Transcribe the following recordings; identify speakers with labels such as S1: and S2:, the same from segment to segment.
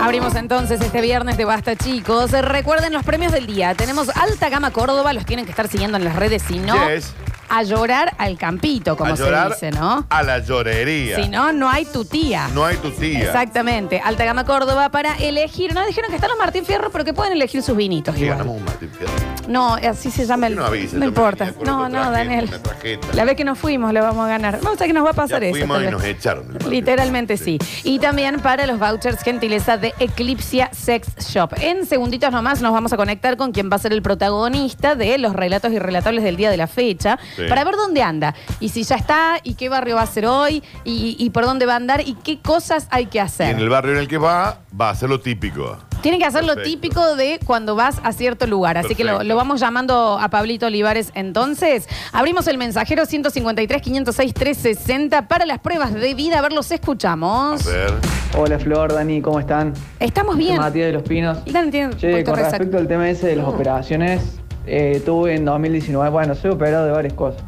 S1: Abrimos entonces este viernes de Basta, chicos. Recuerden los premios del día. Tenemos Alta Gama Córdoba, los tienen que estar siguiendo en las redes, si no,
S2: Yes.
S1: a llorar al campito, como
S2: a llorar
S1: se dice, ¿no?
S2: A la llorería.
S1: Si no, no hay tu tía.
S2: No hay tu tía.
S1: Exactamente. Alta Gama Córdoba para elegir. No dijeron que están los Martín Fierro, pero que pueden elegir sus vinitos.
S2: Que
S1: igual.
S2: ganamos un Martín Fierro.
S1: No, así se llama el.
S2: ¿Por qué no avisa?
S1: no
S2: Yo me
S1: importa.
S2: venía con
S1: No,
S2: otro
S1: no,
S2: traje,
S1: Daniel.
S2: con una tarjeta.
S1: La vez que nos fuimos le vamos a ganar. Me gusta que nos va a pasar
S2: Ya
S1: eso.
S2: fuimos
S1: tal
S2: y
S1: vez.
S2: nos echaron. el Martín
S1: Literalmente
S2: Fierro.
S1: sí. Y también para los vouchers gentileza de Eclipsia Sex Shop. En segunditos nomás nos vamos a conectar con quien va a ser el protagonista de los relatos y relatables del día de la fecha
S2: Sí.
S1: para ver dónde anda y si ya está y qué barrio va a ser hoy y, y por dónde va a andar y qué cosas hay que
S2: Y en
S1: hacer.
S2: el barrio en el que va, va a ser lo típico.
S1: Tienen que hacer lo
S2: Perfecto.
S1: típico de cuando vas a cierto lugar. Así que lo,
S2: Perfecto.
S1: lo vamos llamando a Pablito Olivares entonces. Abrimos el mensajero 153-506-360 para las pruebas de vida. A ver, los
S2: A
S1: escuchamos.
S2: ver.
S3: Hola Flor, Dani, ¿cómo están?
S1: Estamos bien.
S3: Matías de los Pinos.
S1: Y Dani tiene
S3: Che,
S1: puesto
S3: con
S1: resaca.
S3: respecto al tema ese de las operaciones, eh, tuve en 2019, bueno, soy operado de varias cosas.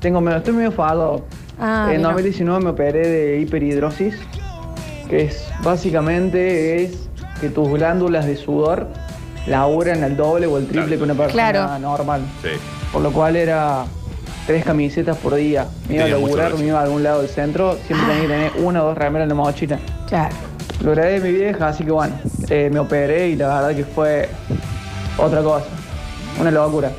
S3: Tengo, medio- estoy medio fadado.
S1: Ah,
S3: en
S1: mira.
S3: 2019 me operé de hiperhidrosis, que es básicamente es que tus glándulas de sudor laburan al doble o el triple que una persona
S1: Claro.
S3: normal.
S2: Sí.
S3: Por lo cual era tres camisetas por día. Me iba a
S2: Tenía mucho
S3: laburar,
S2: rechazo.
S3: me iba a algún lado del centro, siempre tenía que
S1: Ah.
S3: tener una o dos remeras en la mochila.
S1: Claro.
S3: Lo grabé de mi vieja, así que bueno, eh, me operé y la verdad que fue otra cosa. Una locura.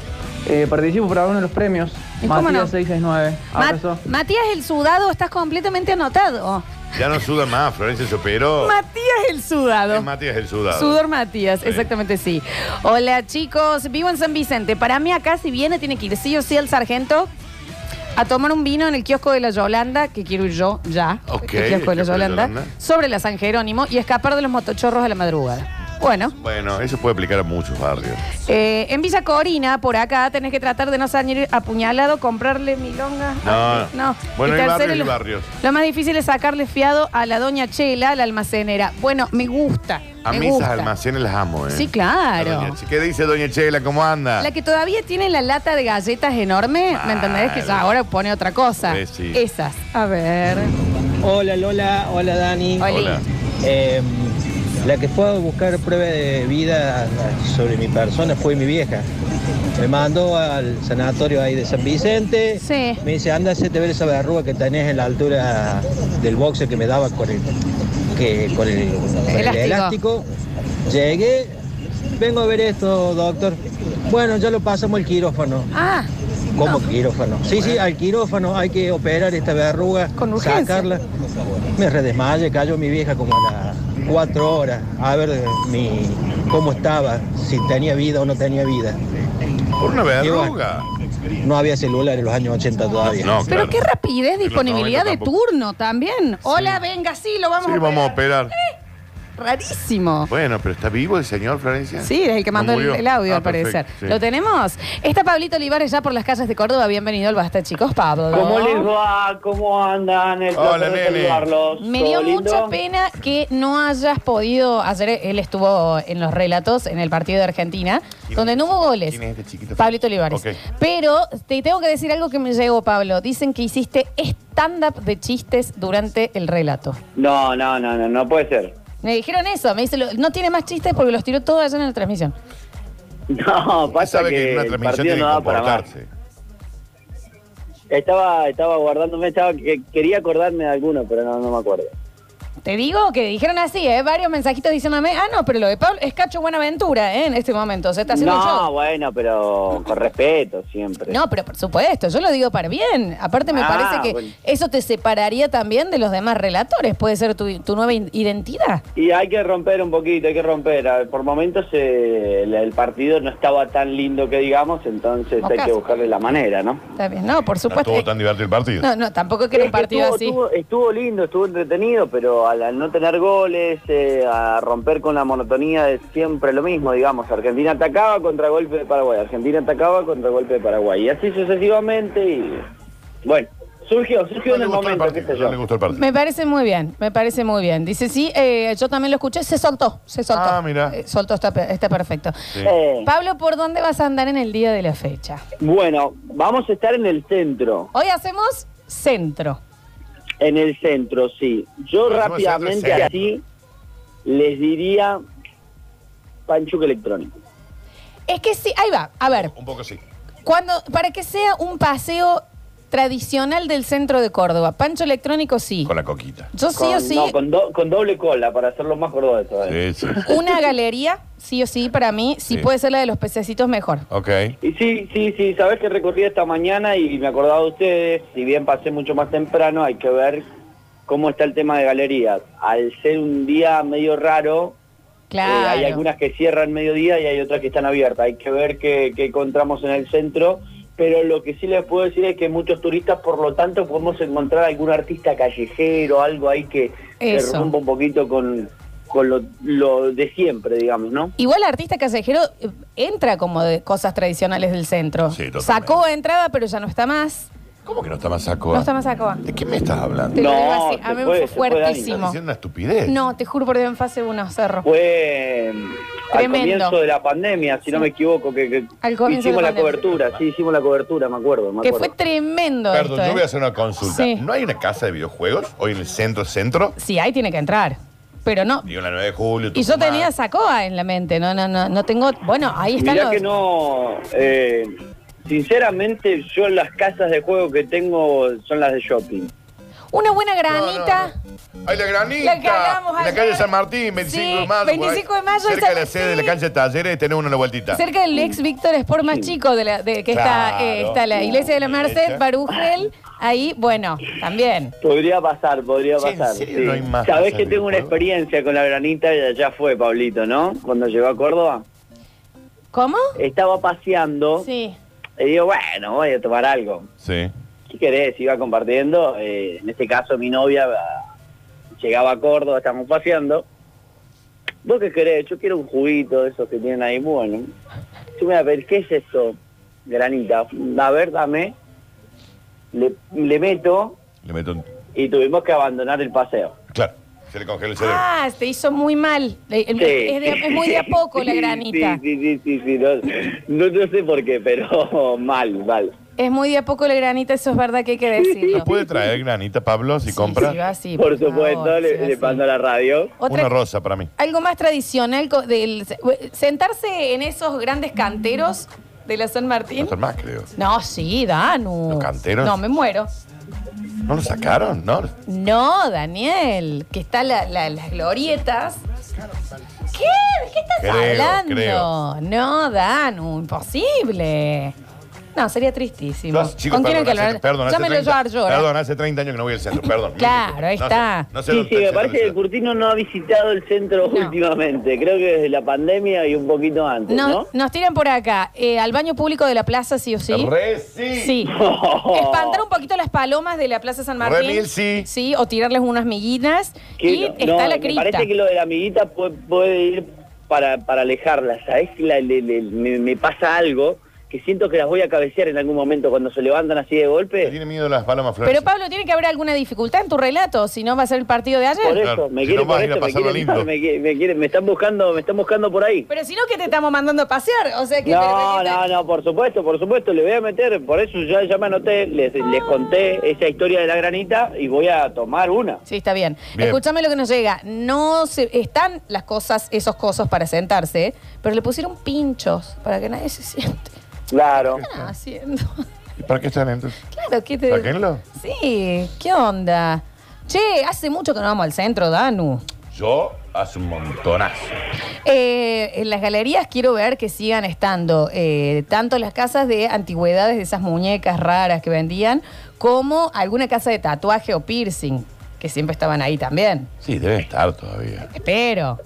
S3: Eh, participo para uno de los premios.
S1: ¿Y cómo
S3: Matías
S1: no?
S3: 669. Abrazo.
S1: Mat- Matías el sudado, estás completamente anotado.
S2: Ya no suda más, Florencia se operó.
S1: Matías el sudado.
S2: Es Matías el sudado.
S1: Sudor Matías,
S2: Sí.
S1: exactamente sí. Hola chicos, vivo en San Vicente. Para mí acá si viene tiene que ir sí o sí al sargento a tomar un vino en el kiosco de la Yolanda, que quiero ir yo ya,
S2: Ok,
S1: el kiosco de la
S2: el kiosco de la
S1: Yolanda,
S2: Yolanda.
S1: sobre la San Jerónimo y escapar de los motochorros a la madrugada. Bueno,
S2: Bueno, eso puede aplicar a muchos barrios.
S1: eh, en Villa Corina, por acá, tenés que tratar de no salir apuñalado, comprarle milonga.
S2: No.
S1: Ah, no.
S2: Bueno,
S1: Y
S2: hay
S1: tercero,
S2: barrios y
S1: lo-
S2: barrios.
S1: Lo más difícil es sacarle fiado a la doña Chela, a la almacenera. Bueno, me gusta.
S2: A
S1: me
S2: mí esas
S1: gusta.
S2: almacenes las amo, ¿eh?
S1: Sí, claro.
S2: A Doña Che- ¿Qué dice Doña Chela? ¿Cómo anda?
S1: La que todavía tiene la lata de galletas enorme, ¿me entendés? Que ya ahora pone otra cosa.
S2: Pues sí.
S1: Esas. A ver.
S4: Hola Lola, hola Dani.
S1: Hola.
S4: Eh, la que fue a buscar prueba de vida sobre mi persona fue mi vieja. Me mandó al sanatorio ahí de San Vicente.
S1: Sí.
S4: Me dice, anda, hacete ver esa verruga que tenés en la altura del boxe que me daba con el, que, con el, con el
S1: Elástico.
S4: elástico. Llegué, vengo a ver esto, doctor. Bueno, ya lo pasamos el quirófano.
S1: Ah,
S4: ¿Cómo quirófano? Sí, sí, al quirófano hay que operar esta verruga,
S1: Con urgencia.
S4: sacarla. Me redesmaye, cayó mi vieja como a las cuatro horas a ver eh, mi, cómo estaba, si tenía vida o no tenía vida.
S2: Por una verruga.
S4: No había celular en los años 80 todavía.
S2: No,
S1: pero
S2: claro.
S1: qué rapidez,
S2: los
S1: disponibilidad
S2: 90
S1: de
S2: tampoco.
S1: turno también. Hola, venga, sí, lo vamos
S2: Sí,
S1: a
S2: vamos a
S1: operar.
S2: operar.
S1: Rarísimo.
S2: Bueno, pero ¿está vivo el señor, Florencia?
S1: Sí, es el que
S2: No
S1: mandó el,
S2: murió.
S1: el audio,
S2: Ah,
S1: al parecer.
S2: perfecto, sí.
S1: ¿Lo tenemos? Está Pablito Olivares ya por las calles de Córdoba. Bienvenido al Basta, chicos. Pablo.
S5: ¿Cómo les va? ¿Cómo andan? El
S2: Hola,
S5: placer de
S2: nene.
S5: saludarlos.
S1: Me
S5: ¿Todo
S1: dio
S5: lindo?
S1: mucha pena que no hayas podido. Ayer él estuvo en los relatos en el partido de Argentina,
S2: ¿Quién
S1: donde
S2: es
S1: no hubo
S2: este?
S1: goles.
S2: ¿Quién es este chiquito?
S1: Pablito Olivares.
S2: Ok.
S1: Pero te tengo que decir algo que me llegó, Pablo. Dicen que hiciste stand-up de chistes durante el relato.
S5: No, no, no, no, no puede ser.
S1: Me dijeron eso, me dice, "Lo- no tiene más chistes porque los tiró todos allá en la transmisión.
S5: No,
S2: Usted
S5: pasa
S2: sabe
S5: que,
S2: que en una
S5: el
S2: transmisión
S5: partido
S2: tiene
S5: no
S2: que
S5: da para más.
S2: comportarse.
S5: Estaba, estaba guardándome, estaba que quería acordarme de alguno, pero no, no me acuerdo.
S1: Te digo que dijeron así, ¿eh? Varios mensajitos diciéndome, ah, no, pero lo de Pablo es Cacho Buenaventura, ¿eh? En este momento, se está haciendo un show.
S5: No, bueno, pero con respeto siempre.
S1: No, pero por supuesto, yo lo digo para bien. Aparte me
S5: Ah,
S1: parece que
S5: bueno.
S1: eso te separaría también de los demás relatores. Puede ser tu, tu nueva in- identidad.
S5: Y hay que romper un poquito, hay que romper. A ver, Por momentos eh, el, el partido no estaba tan lindo que digamos, entonces
S1: Ocaso.
S5: hay que buscarle la manera, ¿no?
S1: Está bien, no, por
S2: ¿No
S1: supuesto.
S2: estuvo tan divertido el partido?
S1: No, no, tampoco es que era un
S5: Es que
S1: partido
S5: estuvo,
S1: así.
S5: estuvo- estuvo lindo, estuvo entretenido, pero al, al no tener goles, eh, a romper con la monotonía de siempre lo mismo, digamos. Argentina atacaba contra golpe de Paraguay, Argentina atacaba contra golpe de Paraguay. Y así sucesivamente y bueno, surgió, surgió
S2: No
S5: en
S2: le gustó
S5: el
S2: el
S5: momento, qué
S2: partido.
S5: sé
S2: No
S5: yo.
S2: le gustó el partido.
S1: Me parece muy bien, me parece muy bien. Dice, sí, eh, yo también lo escuché, se soltó, se soltó.
S2: Ah, mira.
S1: Eh, soltó, está, pe- está perfecto.
S2: Sí.
S5: Eh,
S1: Pablo, ¿por dónde vas a andar en el día de la fecha?
S5: bueno, vamos a estar en el centro.
S1: Hoy hacemos centro.
S5: En el centro, sí. Yo
S2: Pero hacemos
S5: rápidamente
S2: centro, centro.
S5: así les diría Panchuque Electrónico.
S1: Es que sí, ahí va, a ver,
S2: Un poco sí.
S1: cuando, para que sea un paseo tradicional del centro de Córdoba, Pancho Electrónico sí.
S2: Con la coquita.
S1: Yo sí
S5: Con-
S1: o sí,
S5: No, con, do- con doble cola, para hacerlo más gordo de todo.
S2: Sí, sí.
S1: una galería, sí o sí, para mí, si
S2: Sí.
S1: puede ser la de los pececitos mejor.
S2: Ok.
S5: Y sí, sí, sí, sabes que recorrí esta mañana y me acordaba de ustedes, si bien pasé mucho más temprano, hay que ver cómo está el tema de galerías. Al ser un día medio raro, eh,
S1: Claro.
S5: hay algunas que cierran mediodía y hay otras que están abiertas. Hay que ver qué, qué encontramos en el centro, pero lo que sí les puedo decir es que muchos turistas, por lo tanto, podemos encontrar algún artista callejero, algo ahí que se
S1: Eso.
S5: rompa un poquito con, con lo, lo de siempre, digamos, ¿no?
S1: Igual artista callejero eh, entra como de cosas tradicionales del centro.
S2: Sí, totalmente.
S1: Sacó entrada, pero ya no está más.
S2: ¿Cómo que no está más saco?
S1: No está más Sacoa.
S2: ¿De qué me estás hablando?
S1: Te lo
S5: No,
S1: digo así. A
S5: se
S1: mí me
S5: puede,
S1: fue
S5: se puede, Dani.
S2: Estás
S1: fuertísimo.
S2: diciendo una estupidez.
S1: No, te juro por Dios, en fase 1, cerro.
S5: Fue mm, al
S1: Tremendo.
S5: comienzo de la pandemia, si no me equivoco, que, que
S1: Al comienzo
S5: hicimos
S1: de la
S5: la
S1: pandemia.
S5: cobertura, sí, hicimos la cobertura, me acuerdo, me
S1: Que
S5: acuerdo.
S1: fue tremendo
S2: Perdón,
S1: esto.
S2: yo
S1: ¿eh?
S2: voy a hacer una consulta.
S1: Sí.
S2: ¿No hay una casa de videojuegos hoy en el centro, centro?
S1: Sí, ahí tiene que entrar. Pero no.
S2: Digo, la 9 de julio.
S1: Y yo
S2: Tucumán.
S1: tenía Sacoa en la mente. No, no, no. No tengo. Bueno, ahí están
S5: Mirá
S1: los.
S5: que no. eh, sinceramente, yo las casas de juego que tengo son las de shopping.
S1: Una buena granita.
S2: Ay, la granita.
S1: La que hablamos
S2: En la
S1: ayer.
S2: calle San Martín, 25
S1: Sí,
S2: de mayo. por ahí.
S1: 25 de mayo,
S2: Cerca de la
S1: esa-
S2: sede de la
S1: sí.
S2: cancha de talleres, tenemos una vueltita.
S1: Cerca del ex Víctor Sport más chico, de la, de, que está,
S2: Claro.
S1: eh, está la iglesia de la Merced,
S2: Iglesia.
S1: Barugel. Ahí, bueno, también.
S5: Podría pasar, podría
S2: Che, ¿en
S5: pasar.
S2: serio no hay más
S5: Sabés
S2: casas
S5: que
S2: de
S5: tengo una
S2: juego?
S5: experiencia con la granita, y ya fue, Pablito, ¿no? Cuando llegó a Córdoba.
S1: ¿Cómo?
S5: Estaba paseando
S1: Sí.
S5: y digo, bueno, voy a tomar algo.
S2: Sí.
S5: ¿Qué querés? Iba compartiendo. eh, en este caso, mi novia ah, llegaba a Córdoba, estamos paseando. ¿Vos qué querés? Yo quiero un juguito de esos que tienen ahí. Bueno, yo me voy a ver, ¿qué es esto? Granita. A ver, dame. Le, le meto
S2: Le meto un.
S5: y tuvimos que abandonar el paseo.
S2: Claro, se le congela el cerebro.
S1: Ah, te hizo muy mal. Eh, eh, Es, de- es muy de a poco la
S5: Sí,
S1: granita.
S5: Sí, sí, sí, sí, sí, No, no, no sé por qué, pero mal, mal.
S1: Es muy de a poco la granita, eso es verdad que hay que
S2: ¿Nos
S1: decirlo.
S2: puede traer granita, Pablo, si
S1: Sí,
S2: compra?
S1: sí, va así,
S5: Por
S1: favor,
S5: supuesto,
S1: sí, va
S5: le, le
S1: así.
S5: mando a la radio.
S1: Otra-
S2: Una rosa para mí.
S1: algo más tradicional co- del sentarse en esos grandes canteros de la San Martín.
S2: No están más, creo.
S1: No, sí, Danu.
S2: ¿Los canteros?
S1: No, me muero.
S2: ¿No lo sacaron? No.
S1: No, Daniel, que está la- la- las glorietas. ¿Qué? ¿De qué estás
S2: Creo,
S1: hablando?
S2: creo.
S1: No, Danu, imposible. No, sería tristísimo.
S2: Yo hace- chicos,
S1: ¿Con quién hay
S2: perdón,
S1: que
S2: hace-
S1: hablar?
S2: perdón, hace
S1: Llámelo
S2: 30
S1: llorar, llora.
S2: Perdón, hace 30 años que no voy al centro, perdón.
S1: ¿eh? Claro, ahí
S2: No sé-
S1: está.
S2: No sé
S5: Sí,
S2: dónde
S5: sí,
S2: está
S5: me
S2: el
S5: parece que el
S2: centro.
S5: Curtino no ha visitado el centro
S1: No.
S5: últimamente. Creo que desde la pandemia y un poquito antes,
S1: No,
S5: ¿no?
S1: Nos tiran por acá. eh, al baño público de la plaza, sí o sí.
S2: Re sí.
S1: Sí. Espantar un poquito las palomas de la Plaza San Martín.
S2: Remil, sí.
S1: Sí, o tirarles unas miguinas.
S5: Que
S1: Y
S5: no-
S1: está
S5: no,
S1: la
S5: Me
S1: cripta.
S5: parece que lo de la amiguita puede, puede ir para, para alejarlas. ¿Sabes? La- le- le- me, me pasa algo que siento que las voy a cabecear en algún momento cuando se levantan así de
S2: Le
S5: golpe.
S2: Tiene miedo las palomas flores.
S1: Pero Pablo, tiene que haber alguna dificultad en tu relato, si no va a ser el partido de ayer.
S5: Por eso,
S2: Claro,
S5: me
S2: si
S5: quieren
S2: no vas
S5: por
S2: a ir a
S5: esto, me
S2: pasarlo
S5: quieren,
S2: lindo.
S5: me, quieren- me quieren- me están buscando, me están buscando por ahí.
S1: Pero si no, que te estamos mandando a pasear. O sea que.
S5: No, no, Ah, no, por supuesto, por supuesto, le voy a meter, por eso ya, ya me anoté, les, les conté esa historia de la granita y voy a tomar una.
S1: Sí, está bien.
S2: Bien.
S1: Escúchame lo que nos llega. No se, están las cosas, esos cosos para sentarse, pero le pusieron pinchos para que nadie se siente.
S5: Claro.
S1: ¿Qué están haciendo?
S2: ¿Y ¿Para qué están entonces?
S1: Claro, ¿qué te.
S2: Sáquenlo.
S1: Sí, ¿qué onda? Che, hace mucho que no vamos al centro, Danu.
S2: Yo hace un montonazo.
S1: Eh, en las galerías quiero ver que sigan estando eh, tanto las casas de antigüedades de esas muñecas raras que vendían, como alguna casa de tatuaje o piercing, que siempre estaban ahí también.
S2: Sí, debe estar todavía.
S1: Espero.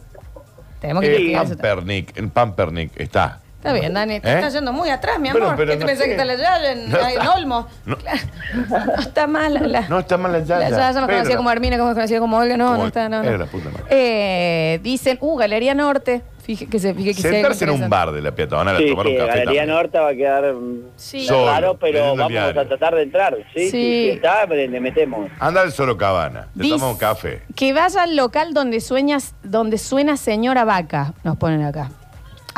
S1: Tenemos que
S2: El
S1: investigar eso.
S2: Pampernick, en Pampernick está.
S1: Está bien, Dani. Te
S2: ¿Eh?
S1: estás yendo muy atrás, mi amor.
S2: Pero- pero
S1: ¿Qué te
S2: no
S1: pensás
S2: sé.
S1: que está la Yaya en,
S2: No
S1: en
S2: está-
S1: Olmo?
S2: no-
S1: Claro. No está mal la, la-
S2: No está mal la Yaya.
S1: La Yaya nos
S2: Pedro.
S1: conocía como Armina, como conocía como Olga. No,
S2: Como
S1: no
S2: Olga.
S1: está, no. no.
S2: Era la puta madre.
S1: Eh, dicen, uh, Galería Norte. Fíjate que se fíjate que
S2: Sentarse
S1: sea
S2: en un
S1: interesante.
S2: bar de la peatonal a
S5: Sí,
S2: tomar
S5: sí,
S2: un café.
S5: Galería
S2: también.
S5: Norte va a quedar mm,
S1: Sí.
S2: Solo,
S5: raro, pero
S2: leyendo el
S5: vamos
S2: diario.
S5: a tratar de entrar. Sí, sí,
S1: Sí.
S5: sí, está, le, le metemos.
S2: Anda al Solo Cabana, te
S1: Dice
S2: toma un café.
S1: Que vaya al local donde sueñas, donde suena señora vaca, nos ponen acá.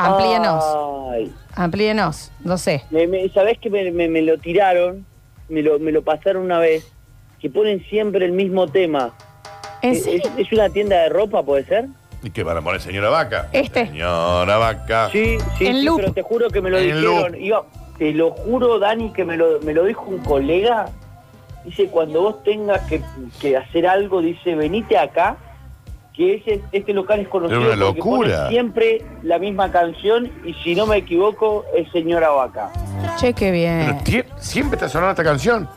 S1: Amplíenos,
S6: Oh.
S5: Ay,
S1: amplíenos, no sé.
S5: me, me- ¿Sabés que me, me- me lo tiraron? Me lo, me lo pasaron una vez. Que ponen siempre el mismo tema.
S6: Eh,
S1: ¿En
S5: ¿Es,
S1: serio?
S5: es- es una tienda de ropa, puede ser?
S2: ¿Y qué van a poner, señora Vaca?
S1: Este.
S2: Señora Vaca.
S5: Sí, sí,
S1: En
S5: sí,
S1: loop.
S5: pero te juro que me lo
S2: En
S5: dijeron.
S2: loop.
S5: Iba- te lo juro, Dani, que me lo, me lo dijo un colega. Dice, cuando vos tengas que, que hacer algo, dice, venite acá, que ese, este local es conocido.
S2: Era una
S5: porque
S2: locura.
S5: pone siempre la misma canción y si no me equivoco, es Señora Vaca.
S1: Che, qué
S2: Pero
S1: bien.
S2: tie- siempre está sonando esta canción.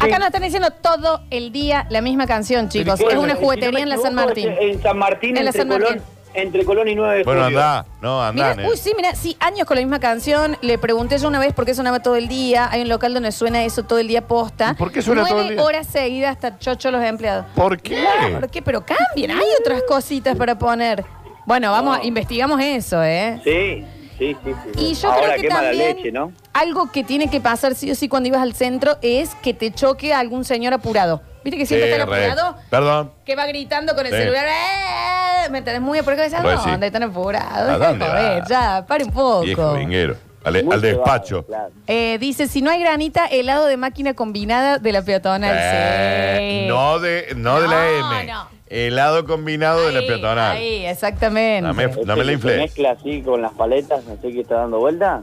S1: Acá nos están diciendo todo el día la misma canción, chicos.
S2: Pero
S1: Es
S2: ¿y
S1: una
S2: cuál?
S1: juguetería en la San Martín.
S5: En San Martín,
S1: En la
S5: entre,
S1: San
S5: Colón,
S1: Martín.
S5: entre Colón y 9 de
S2: Bueno,
S5: julio.
S2: andá, no, andá.
S1: Mirá,
S2: nene.
S1: uy, sí, mira, sí, años con la misma canción. Le pregunté yo una vez por qué sonaba todo el día. Hay un local donde suena eso todo el día posta.
S2: ¿Y por qué suena todo el
S1: Nueve
S2: día?
S1: horas seguidas hasta chocho los empleados.
S2: ¿Por qué?
S1: ¿Por qué? Pero cambien, hay otras cositas para poner. Bueno, vamos, a- investigamos eso, ¿eh?
S5: Sí, sí, sí. sí.
S1: Y yo
S5: Ahora
S1: creo que
S5: quema la
S1: también
S5: leche, ¿no?
S1: algo que tiene que pasar sí o sí cuando ibas al centro es que te choque a algún señor apurado. ¿Viste que siempre
S2: Sí,
S1: está el
S2: re.
S1: apurado?
S2: Perdón.
S1: Que va gritando con el
S2: Sí.
S1: celular. ¡Eh! ¿Me tenés muy apurado? ¿Sabes
S2: Pues sí.
S1: dónde están apurados?
S2: ¿A dónde
S1: Joder,
S2: va?
S1: ya, pare un poco.
S2: Viejo vinguero. Al, e,
S5: Muy
S2: al despacho.
S5: cebado, claro.
S1: Eh, dice, si no hay granita, helado de máquina combinada de la peatonal.
S2: Eh,
S1: Sí.
S2: no, de, no de la
S1: No,
S2: M.
S1: no.
S2: Helado combinado de la
S1: Ahí,
S2: peatonal.
S1: Ahí, exactamente.
S2: Dame
S5: Este
S2: No me la
S5: que se
S2: inflé.
S5: mezcla así con las paletas, así que está dando vuelta.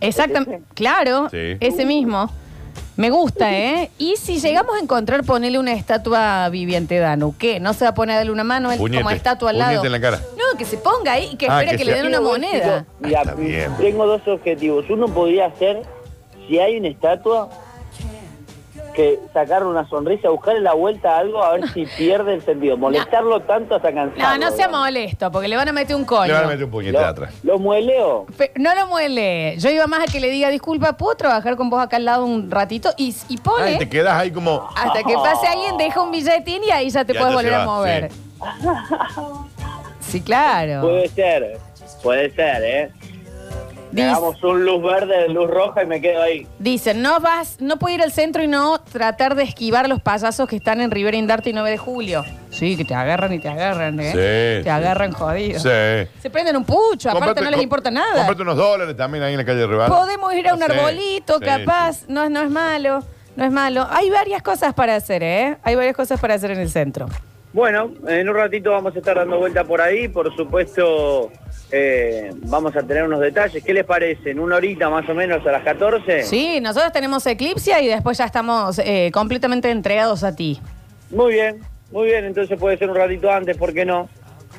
S1: Exactamente, claro,
S2: Sí.
S1: ese mismo. Me gusta, ¿eh? Y si llegamos a encontrar, ponele una estatua viviente Danu. ¿Qué? ¿No se va a poner a darle una mano él
S2: Puñete,
S1: como estatua al lado?
S2: puñete en la cara.
S1: No, que se ponga ahí y que
S2: Ah,
S1: espera que,
S2: que
S1: le
S2: sea-
S1: den una moneda.
S5: Mira,
S2: Está bien.
S5: tengo dos objetivos. Uno podría ser, si hay una estatua, que sacar una sonrisa, buscarle la vuelta a algo, a ver si pierde el sentido. Molestarlo tanto hasta
S1: No,
S5: cansarlo.
S1: no sea
S5: ¿verdad?
S1: molesto, porque le van a meter un coño.
S2: Le van a meter un puñete
S5: Lo,
S2: atrás.
S5: lo mueleo.
S1: Pe- no lo muele. Yo iba más a que le diga, disculpa, ¿puedo trabajar con vos acá al lado un ratito? Y, y pone,
S2: Ay, te quedas ahí como.
S1: hasta que pase alguien, deja un billetín y ahí ya te
S2: Ya
S1: puedes
S2: te
S1: volver
S2: se
S1: a
S2: va,
S1: mover. Sí, claro.
S5: Puede ser, puede ser, ¿eh? Le
S1: Dice-
S5: damos un luz verde, luz roja y me quedo ahí.
S1: Dicen, no vas, no puedo ir al centro y no tratar de esquivar los payasos que están en Rivera Indarte y 9 de julio. Sí, que te agarran y te agarran, ¿eh?
S2: Sí,
S1: Te
S2: sí.
S1: agarran jodido.
S2: Sí.
S1: Se prenden un pucho, aparte
S2: Comprate-
S1: no les
S2: com-
S1: importa nada.
S2: Comprate unos dólares también ahí en la calle de Rival.
S1: Podemos ir a un
S2: Sí,
S1: arbolito,
S2: sí,
S1: capaz. No, es- no es malo, no es malo. Hay varias cosas para hacer, ¿eh? Hay varias cosas para hacer en el centro.
S5: Bueno, en un ratito vamos a estar dando vuelta por ahí, por supuesto eh, vamos a tener unos detalles. ¿Qué les parece? En una horita más o menos a las 14.
S1: Sí, nosotros tenemos Eclipse y después ya estamos eh, completamente entregados a ti.
S5: Muy bien, muy bien, entonces puede ser un ratito antes, ¿por qué no?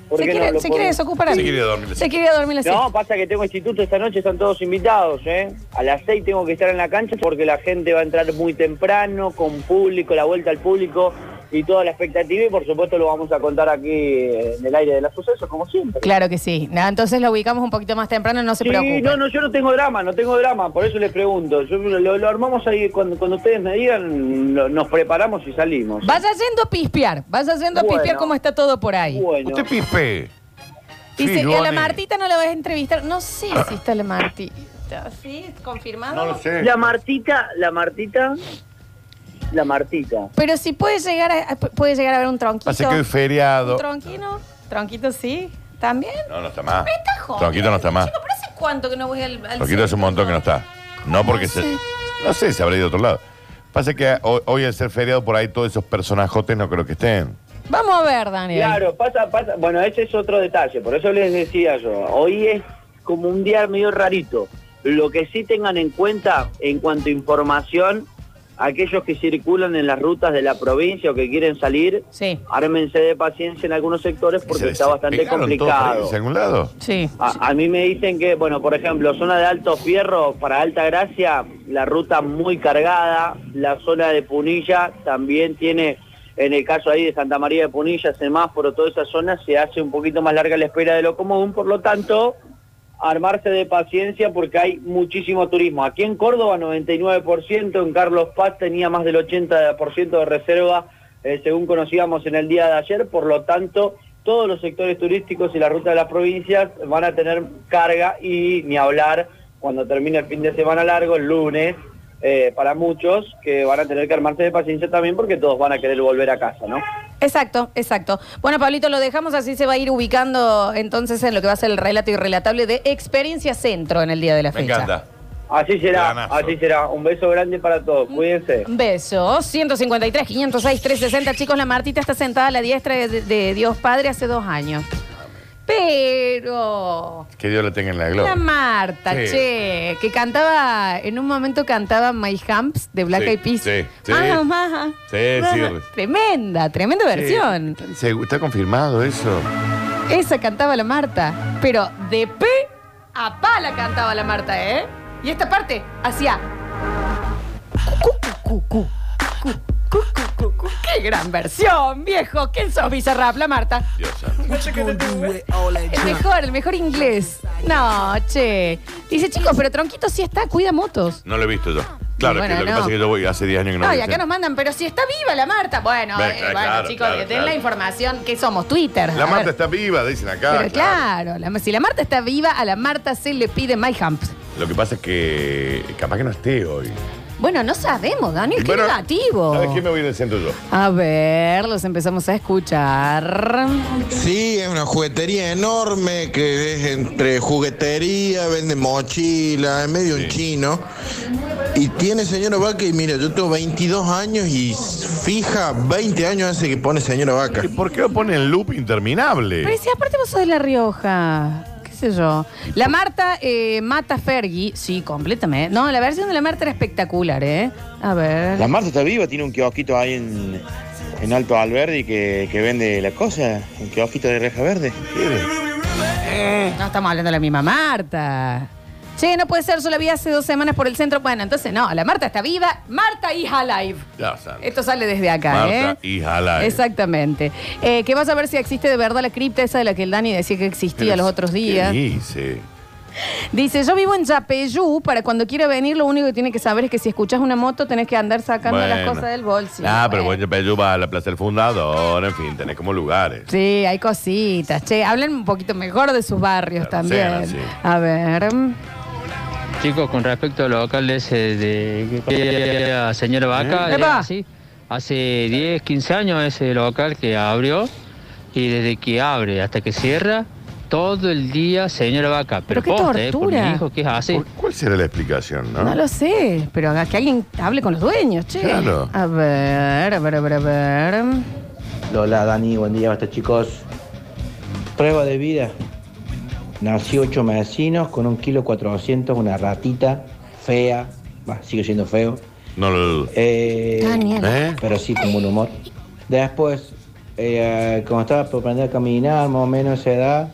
S5: ¿Por
S1: Se
S5: qué no?
S1: quiere,
S5: Lo
S1: se quiere
S5: podemos-
S1: desocupar a
S2: Se
S1: mí.
S2: quiere dormir.
S1: Se quiere dormir así.
S5: No, pasa que tengo instituto esta noche, están todos invitados, ¿eh? A las 6 tengo que estar en la cancha porque la gente va a entrar muy temprano, con público, la vuelta al público y toda la expectativa y por supuesto lo vamos a contar aquí eh, en el aire de los sucesos, como siempre.
S1: Claro que sí. Nada, entonces lo ubicamos un poquito más temprano, no se
S5: Sí,
S1: preocupen.
S5: no, no, yo no tengo drama, no tengo drama, por eso les pregunto. Yo lo, lo armamos ahí cuando, cuando ustedes me digan, lo- nos preparamos y salimos.
S1: Vaya yendo a pispear, vaya yendo a
S5: Bueno.
S1: pispear cómo está todo por ahí.
S5: Bueno,
S2: Usted pispe.
S1: Dice, ¿y a la
S2: Filoni.
S1: Martita no la vas a entrevistar? No sé si está la Martita. ¿Sí? ¿Confirmado?
S2: No lo sé.
S5: la Martita, la Martita, la Martita.
S1: Pero si puede llegar a, a- puede llegar a ver un tronquito.
S2: Pasa que hoy es feriado.
S1: ¿Un tronquino? ¿Tronquito sí? ¿También?
S2: No, no está más.
S1: Me está jodiendo.
S2: Tronquito no está más.
S1: Chico, ¿pero hace cuánto que no voy al, al
S2: Tronquito hace un montón que no está. No porque se.
S1: sé.
S2: No sé, se habrá ido a otro lado. Pasa que hoy, hoy al ser feriado por ahí todos esos personajotes no creo que estén.
S1: Vamos a ver, Daniel.
S5: Claro, pasa, pasa. Bueno, ese es otro detalle, por eso les decía yo. Hoy es como un día medio rarito. Lo que sí tengan en cuenta en cuanto a información, aquellos que circulan en las rutas de la provincia o que quieren salir,
S1: Sí,
S5: ármense de paciencia en algunos sectores porque
S2: Se
S5: está bastante
S2: despegaron todos para
S5: complicado.
S2: irse a algún lado?
S1: sí.
S5: A, a mí me dicen que, bueno, por ejemplo, zona de Alto Fierro para Alta Gracia, la ruta muy cargada, la zona de Punilla también tiene, en el caso ahí de Santa María de Punilla, semáforo, toda esa zona se hace un poquito más larga la espera de lo común, por lo tanto, armarse de paciencia porque hay muchísimo turismo. Aquí en Córdoba 99%, en Carlos Paz tenía más del 80% de reserva, eh, según conocíamos en el día de ayer, por lo tanto todos los sectores turísticos y la ruta de las provincias van a tener carga y ni hablar cuando termine el fin de semana largo, el lunes, eh, para muchos que van a tener que armarse de paciencia también porque todos van a querer volver a casa, ¿no?
S1: Exacto, exacto. Bueno, Pablito, lo dejamos así, se va a ir ubicando entonces en lo que va a ser el relato irrelatable de Experiencia Centro en el día de la
S2: Me
S1: fecha.
S2: encanta.
S5: Así será,
S2: Planazo.
S5: así será. Un beso grande para todos, cuídense.
S1: Besos, 153, 506, 360. Chicos, la Martita está sentada a la diestra de, de Dios Padre hace dos años. Pero...
S2: Que Dios la tenga en la
S1: La
S2: gloria.
S1: Marta,
S2: Sí.
S1: che, que cantaba, en un momento cantaba My Humps de Black
S2: Sí,
S1: Eyed Peas.
S2: sí, sí.
S1: Maja, maja,
S2: Sí, sí.
S1: maja. Tremenda, tremenda versión.
S2: Se- Está confirmado eso.
S1: Esa cantaba la Marta, pero de P a pa la cantaba la Marta, ¿eh? Y esta parte hacía. cu, cu, cu, cu, cu, cu, cu, cu, cu. ¡Qué gran versión, viejo! ¿Quién sos, Bizarrap, la Marta?
S2: Dios santo.
S1: El mejor, el mejor inglés. No, che. Dice, chicos, pero Tronquito sí está, cuida motos.
S2: No lo he visto yo. Claro,
S1: Bueno,
S2: que lo que
S1: no.
S2: pasa es que yo voy hace 10 años que no
S1: No,
S2: voy
S1: y
S2: a
S1: acá
S2: hacer.
S1: nos mandan, pero si está viva la Marta. Bueno,
S2: Ve-
S1: eh,
S2: eh,
S1: bueno,
S2: claro,
S1: chicos,
S2: claro,
S1: den la
S2: claro.
S1: información que somos Twitter. A
S2: La Marta
S1: ver.
S2: está viva, dicen acá.
S1: Pero claro, la- si la Marta está viva, a la Marta se le pide My Humps.
S2: Lo que pasa es que capaz que no esté hoy.
S1: Bueno, no sabemos, Daniel, qué
S2: Bueno,
S1: negativo.
S2: ¿Sabes qué me voy del centro yo?
S1: A ver, los empezamos a escuchar.
S7: Sí, es una juguetería enorme que es entre juguetería, vende mochila, es medio un chino. Y tiene señora vaca y mira, yo tengo 22 años y fija, 20 años hace que pone señora vaca.
S2: ¿Y por qué lo ponen en loop interminable?
S1: Pero si aparte vos sos de La Rioja, qué sé yo. La Marta eh, mata a Fergie, sí, completamente. No, la versión de la Marta era espectacular, ¿eh? A ver.
S8: La Marta está viva, tiene un kiosquito ahí en, en Alto Alberdi que, que vende la cosa, un kiosquito de reja verde.
S1: No estamos hablando de la misma Marta. Che, no puede ser, yo la vi hace dos semanas por el centro. Bueno, entonces no, la Marta está viva. Marta hija live.
S2: Ya, santo.
S1: Esto sale desde acá,
S2: Marta,
S1: ¿eh?
S2: hija live.
S1: Exactamente. Eh, que vas a ver si existe de verdad la cripta esa de la que el Dani decía que existía los otros días.
S2: ¿Qué dice?
S1: Dice, yo vivo en Yapeyú, para cuando quiera venir lo único que tiene que saber es que si escuchas una moto tenés que andar sacando
S2: Bueno.
S1: las cosas del bolsillo. pues.
S2: Ah, pero
S1: Bueno.
S2: bueno, pero yo va a la Plaza del Fundador, en fin, tenés como lugares.
S1: Sí, hay cositas. Che, hablen un poquito mejor de sus barrios
S2: Claro,
S1: también.
S2: sean así.
S1: A ver. mm,
S9: Chicos, con respecto al local ese eh, de que- señora Vaca,
S1: ¿Eh? Epa.
S9: era así. hace 10, 15 años ese local que abrió y desde que abre hasta que cierra, todo el día señora Vaca.
S1: Pero qué
S9: posta, eh, por mi
S1: tortura.
S9: hijo que es así.
S2: ¿Por- ¿Cuál será la explicación, no?
S1: No lo sé, pero haga que alguien hable con los dueños, che.
S2: Claro.
S1: A ver, a ver, a ver, a ver.
S4: Lola, Dani, buen día, basta chicos. Prueba de vida. Nací ocho vecinos con un kilo 400, una ratita fea, bah, sigue siendo feo.
S2: No lo dudo.
S4: Eh,
S1: Daniel.
S2: ¿Eh?
S4: pero sí con buen humor. Después, eh, como estaba por aprender a caminar, más o menos a esa edad,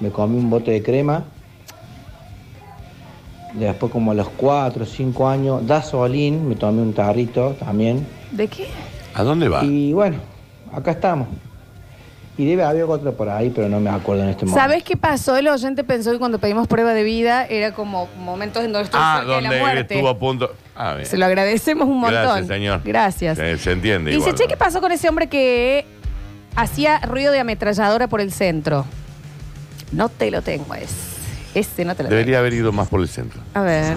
S4: me comí un bote de crema. Después, como a los 4 o 5 años, gasolín, me tomé un tarrito también.
S1: ¿De qué?
S2: ¿A dónde va?
S4: Y bueno, acá estamos. Y debe haber otra por ahí, pero no me acuerdo en este momento.
S1: ¿Sabes qué pasó? El oyente pensó que cuando pedimos prueba de vida era como momentos en donde estuvo
S2: Ah,
S1: cerca de la
S2: donde
S1: muerte.
S2: estuvo a punto. Ah, bien.
S1: Se lo agradecemos un montón.
S2: Gracias, señor.
S1: Gracias.
S2: Se, se entiende.
S1: Dice,
S2: igual,
S1: che,
S2: ¿no?
S1: ¿qué pasó con ese hombre que hacía ruido de ametralladora por el centro? No te lo tengo, es. Ese no te lo
S2: Debería haber ido más por el centro.
S1: tengo. A ver.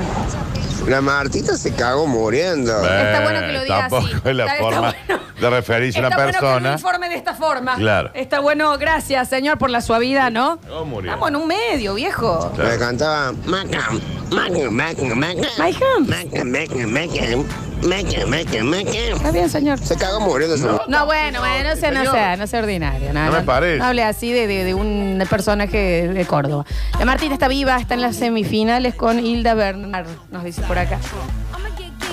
S10: La Martita se cagó muriendo.
S1: Está
S2: Eh,
S1: bueno que lo diga
S2: Tampoco
S1: así.
S2: es la
S1: Está- está
S2: forma
S1: bueno.
S2: de referirse a una
S1: Está bueno que lo
S2: persona.
S1: informe de esta forma.
S2: Claro.
S1: Está bueno, gracias, señor, por la suavidad, ¿no?
S2: No murió.
S1: Estamos en un medio, viejo.
S2: Claro.
S10: Me cantaba Maca, Maca, Maca, Maca.
S1: My hump.
S10: Maca, Maca, Maca, Maca, Maca, Maca.
S1: Está bien, señor.
S10: Se cagó muriendo. esa mujer.
S1: No, bueno, bueno, no sea, no sea, no sea ordinario. No,
S2: No me parece.
S1: no hable así de, de- de un personaje de Córdoba. La Martita está viva, está en las semifinales con Hilda Bernard, nos dice por acá.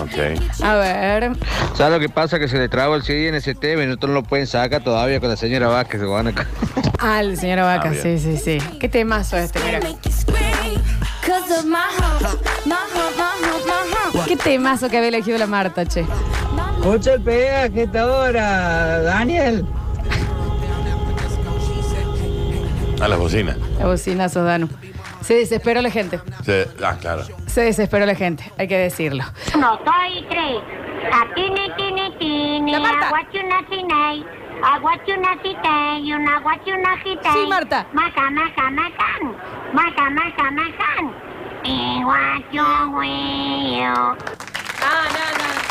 S2: Ok.
S1: A ver.
S4: ¿Sabes lo que pasa? Que se le traba el CD en ese tema y no lo pueden sacar todavía con la señora Vázquez.
S1: Al señora Vaca,
S2: Ah,
S1: sí,
S2: bien.
S1: sí, sí. Qué temazo este, mira. Qué temazo que había elegido la Marta, che.
S4: Escucha el peaje esta hora, Daniel.
S2: A las bocinas.
S1: La bocina Sodano. Se desesperó la gente.
S2: Se- ah, claro.
S1: Se desesperó la gente, hay que decirlo.
S11: Uno, dos y tres. A tini, tini, tini.
S1: La Marta.
S11: Aguachunachinay. Aguachunacitay. Un aguachunacitay.
S1: Sí, Marta.
S11: Maca, maca, macan. Maca, maca, macan. Iguachuhueo.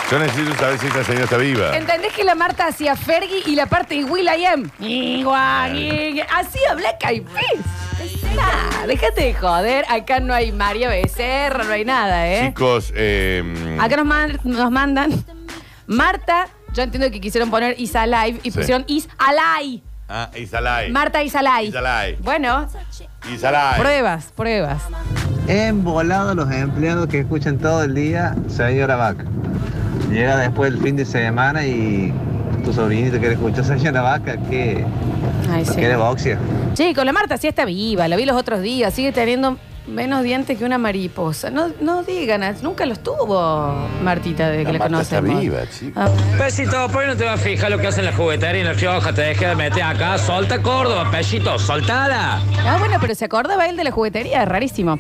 S2: Yo necesito saber si esta señora está viva.
S1: Ah, ¿Entendés que la Marta hacía Fergie y la parte de Will I Am? Igual, igual. Así habla Caipís. Nah, déjate de joder. Acá no hay María Becerra, no hay nada, ¿eh?
S2: Chicos, eh,
S1: Acá nos, man- nos mandan Marta. Yo entiendo que quisieron poner Is Alive y
S2: Sí.
S1: pusieron Is Alive.
S2: ah, Isalai.
S1: Marta Is Alive.
S2: Is Alive.
S1: Bueno,
S2: Isalai.
S1: pruebas, pruebas.
S12: En volado los empleados que escuchan todo el día, señora vaca. Llega después el fin de semana y tu sobrinito quiere escuchar señora vaca que
S1: Ay, sí.
S12: quiere boxeo.
S1: Chicos, la Marta sí está viva, la vi los otros días, sigue teniendo menos dientes que una mariposa. No, no digan, as- nunca los tuvo Martita desde que la,
S2: Marta está
S1: conocemos.
S2: viva, chico.
S1: Ah,
S13: Pesito, ¿por qué no te vas a fijar lo que hacen las jugueterías en La Rioja? Te dejé de meter acá. Solta Córdoba, Pesito, soltala.
S1: ah, bueno, pero se acordaba él de la juguetería, rarísimo.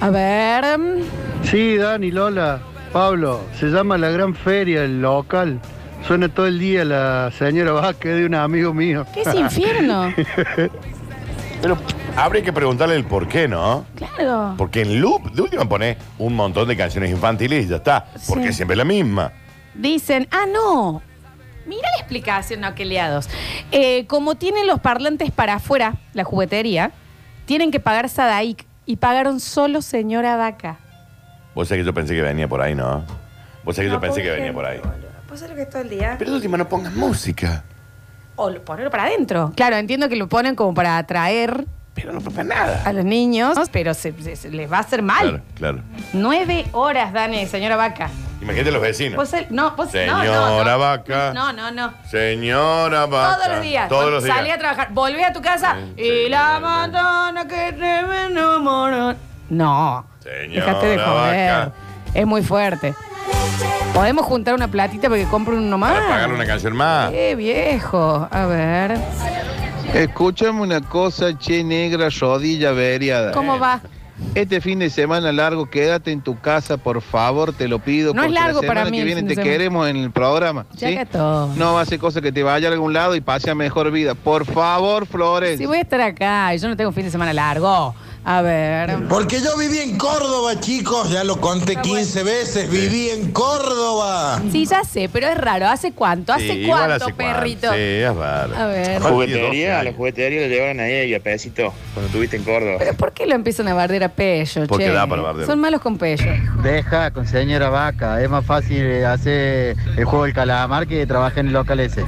S1: A ver, mm,
S14: Sí, Dani, Lola, Pablo, se llama La Gran Feria, el local. Suena todo el día la señora Vázquez de un amigo mío.
S1: ¿qué es infierno? Ah.
S2: Pero habría que preguntarle el por qué, ¿no?
S1: claro.
S2: Porque en loop, de última pone un montón de canciones infantiles y ya está. Porque
S1: Sí.
S2: es siempre la misma.
S1: Dicen, ah, no. Mira la explicación, no, qué liados. Eh, como tienen los parlantes para afuera, la juguetería, tienen que pagar Sadaic y pagaron solo señora vaca.
S2: Vos sabés que yo pensé que venía por ahí, ¿no? Vos sabés que yo
S1: No,
S2: pensé que
S1: pobre
S2: venía
S1: gente,
S2: por ahí.
S1: ¿Pues lo que es todo el día?
S2: Pero de última no pongas música.
S1: O lo- ponerlo para adentro. Claro, entiendo que lo ponen como para atraer
S2: Pero no pasa nada.
S1: a los niños, pero se, se- se les va a hacer mal.
S2: Claro, claro.
S1: Nueve horas, Dani, señora vaca.
S2: Imagínate los vecinos.
S1: Vos el- no, vos- no, no,
S2: Señora
S1: no.
S2: vaca.
S1: No, no, no.
S2: Señora vaca.
S1: Todos los días.
S2: Todos los días.
S1: Salí a trabajar, volví a tu casa y la madonna que te me enamoró. No.
S2: Señora
S1: Dejate de joder.
S2: vaca.
S1: Es muy fuerte. ¿Podemos juntar una platita para que compren uno más?
S2: Para pagarle una canción más.
S1: Qué viejo. A ver.
S15: Escúchame una cosa, che negra, rodilla veriada.
S1: ¿Cómo va?
S15: Este fin de semana largo, quédate en tu casa, por favor, te lo pido.
S1: No es
S15: porque la
S1: largo para
S15: semana
S1: mí
S15: que
S1: el
S15: viene
S1: fin
S15: te
S1: de semana.
S15: queremos en el programa.
S1: Ya
S15: ¿sí?
S1: que todo.
S15: No va a ser cosa que te vaya a algún lado y pase a mejor vida. Por favor, Flores.
S1: Si voy a estar acá y yo no tengo fin de semana largo. A ver.
S7: Porque yo viví en Córdoba, chicos, ya lo conté 15 veces, viví en Córdoba.
S1: Sí, ya sé, pero es raro. ¿Hace cuánto? ¿Hace
S7: Sí, igual
S1: cuánto,
S7: hace cuánto,
S1: perrito?
S2: Sí, es raro.
S1: A ver.
S8: La juguetería, a la juguetería le llevaron a ella, Pesito, cuando estuviste en Córdoba.
S1: ¿Por qué lo empiezan a bardear a Pello,
S8: Porque
S1: che?
S8: da para bardear.
S1: Son malos con Pello.
S16: Deja con señora vaca, es más fácil eh, hacer el juego del calamar que trabajar en el local ese.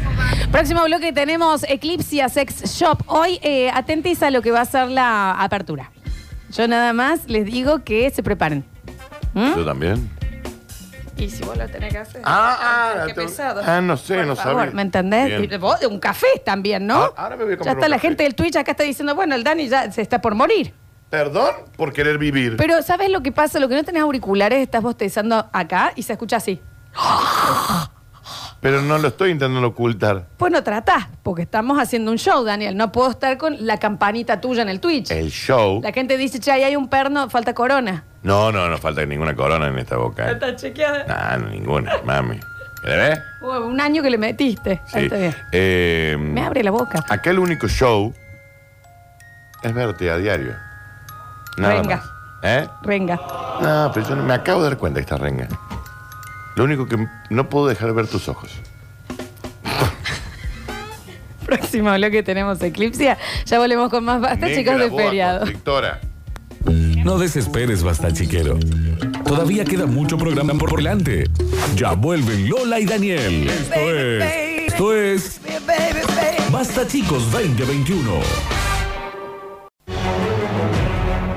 S1: Próximo bloque tenemos Eclipsia Sex Shop. Hoy eh, atentis a lo que va a ser la apertura. Yo nada más les digo que se preparen. ¿Mm?
S2: Yo también.
S1: Y si vos lo tenés que hacer.
S2: Ah, ah,
S1: qué
S2: te-
S1: pesado.
S2: ah, no sé,
S1: Por
S2: no
S1: favor,
S2: sabía.
S1: ¿Me entendés?
S2: Bien.
S1: Y Vos de un café también, ¿no?
S2: Ah, ahora me voy a comprar
S1: Ya está
S2: un
S1: la
S2: café.
S1: gente del Twitch acá está diciendo, bueno, el Dani ya se está por morir.
S2: Perdón por querer vivir.
S1: Pero ¿sabes lo que pasa? Lo que no tenés auriculares, estás bostezando acá y se escucha así.
S2: Pero no lo estoy intentando ocultar.
S1: Bueno, Pues tratás, porque estamos haciendo un show, Daniel. No puedo estar con la campanita tuya en el Twitch.
S2: El show.
S1: La gente dice, che, ahí hay un perno, falta corona.
S2: No, no, no falta ninguna corona en esta boca. eh.
S1: Está chequeada.
S2: No, no, ninguna, mami. ¿La ves?
S1: Hubo un año que le metiste. Ahí está bien.
S2: Eh,
S1: Me abre la boca.
S2: Acá el único show es verte a diario. Nada
S1: Renga.
S2: más. ¿Eh?
S1: Renga.
S2: No, pero yo no- me acabo de dar cuenta de esta renga. Lo único que m- no puedo dejar de ver tus ojos.
S1: Próximo bloque tenemos Eclipsia. Ya volvemos con más basta,
S2: Negra,
S1: chicos, de
S2: boa,
S1: feriado.
S2: Victora.
S17: No desesperes, basta chiquero. Todavía queda mucho programa por delante. Ya vuelven Lola y Daniel. Esto es. Esto es. Basta chicos 2021.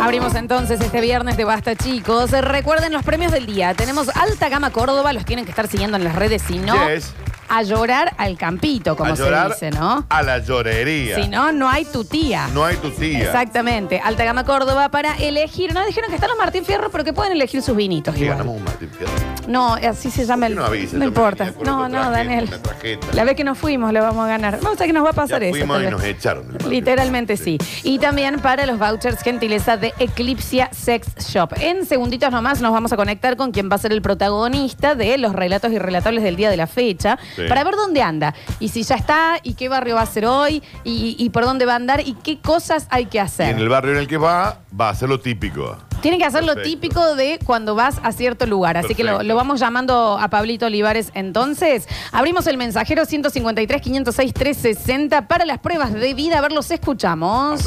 S1: Abrimos entonces este viernes de Basta, chicos. Eh, Recuerden los premios del día. Tenemos Alta Gama Córdoba, los tienen que estar siguiendo en las redes, si no,
S2: Yes.
S1: a llorar al campito, como
S2: a llorar
S1: se dice, ¿no?
S2: A la llorería.
S1: Si no, no hay tu tía.
S2: No hay tu tía.
S1: Exactamente. Alta Gama Córdoba para elegir. No dijeron que están los Martín Fierro, pero que pueden elegir sus vinitos.
S2: Que
S1: igual.
S2: ganamos un Martín Fierro.
S1: No, así se llama el.
S2: no avisa?
S1: no
S2: Yo
S1: importa.
S2: me vine con
S1: No,
S2: otro
S1: no,
S2: traje,
S1: Daniel.
S2: una trajeta.
S1: La vez que nos fuimos le vamos a ganar. Vamos a ver qué nos va a pasar
S2: Ya
S1: eso.
S2: fuimos
S1: tal
S2: y
S1: vez.
S2: nos echaron. el Martín
S1: Literalmente sí. Y también para los vouchers gentileza de Eclipsia Sex Shop. En segunditos nomás nos vamos a conectar con quien va a ser el protagonista de los relatos y relatables del día de la fecha
S18: Sí.
S1: para ver dónde anda y si ya está y qué barrio va a ser hoy y, y por dónde va a andar y qué cosas hay que
S2: Y en
S1: hacer.
S2: el barrio en el que va, va a ser lo típico.
S1: Tienen que hacer lo
S2: Perfecto.
S1: típico de cuando vas a cierto lugar. Así que lo,
S2: Perfecto.
S1: lo vamos llamando a Pablito Olivares entonces. Abrimos el mensajero 153-506-360 para las pruebas de vida. A ver, los escuchamos.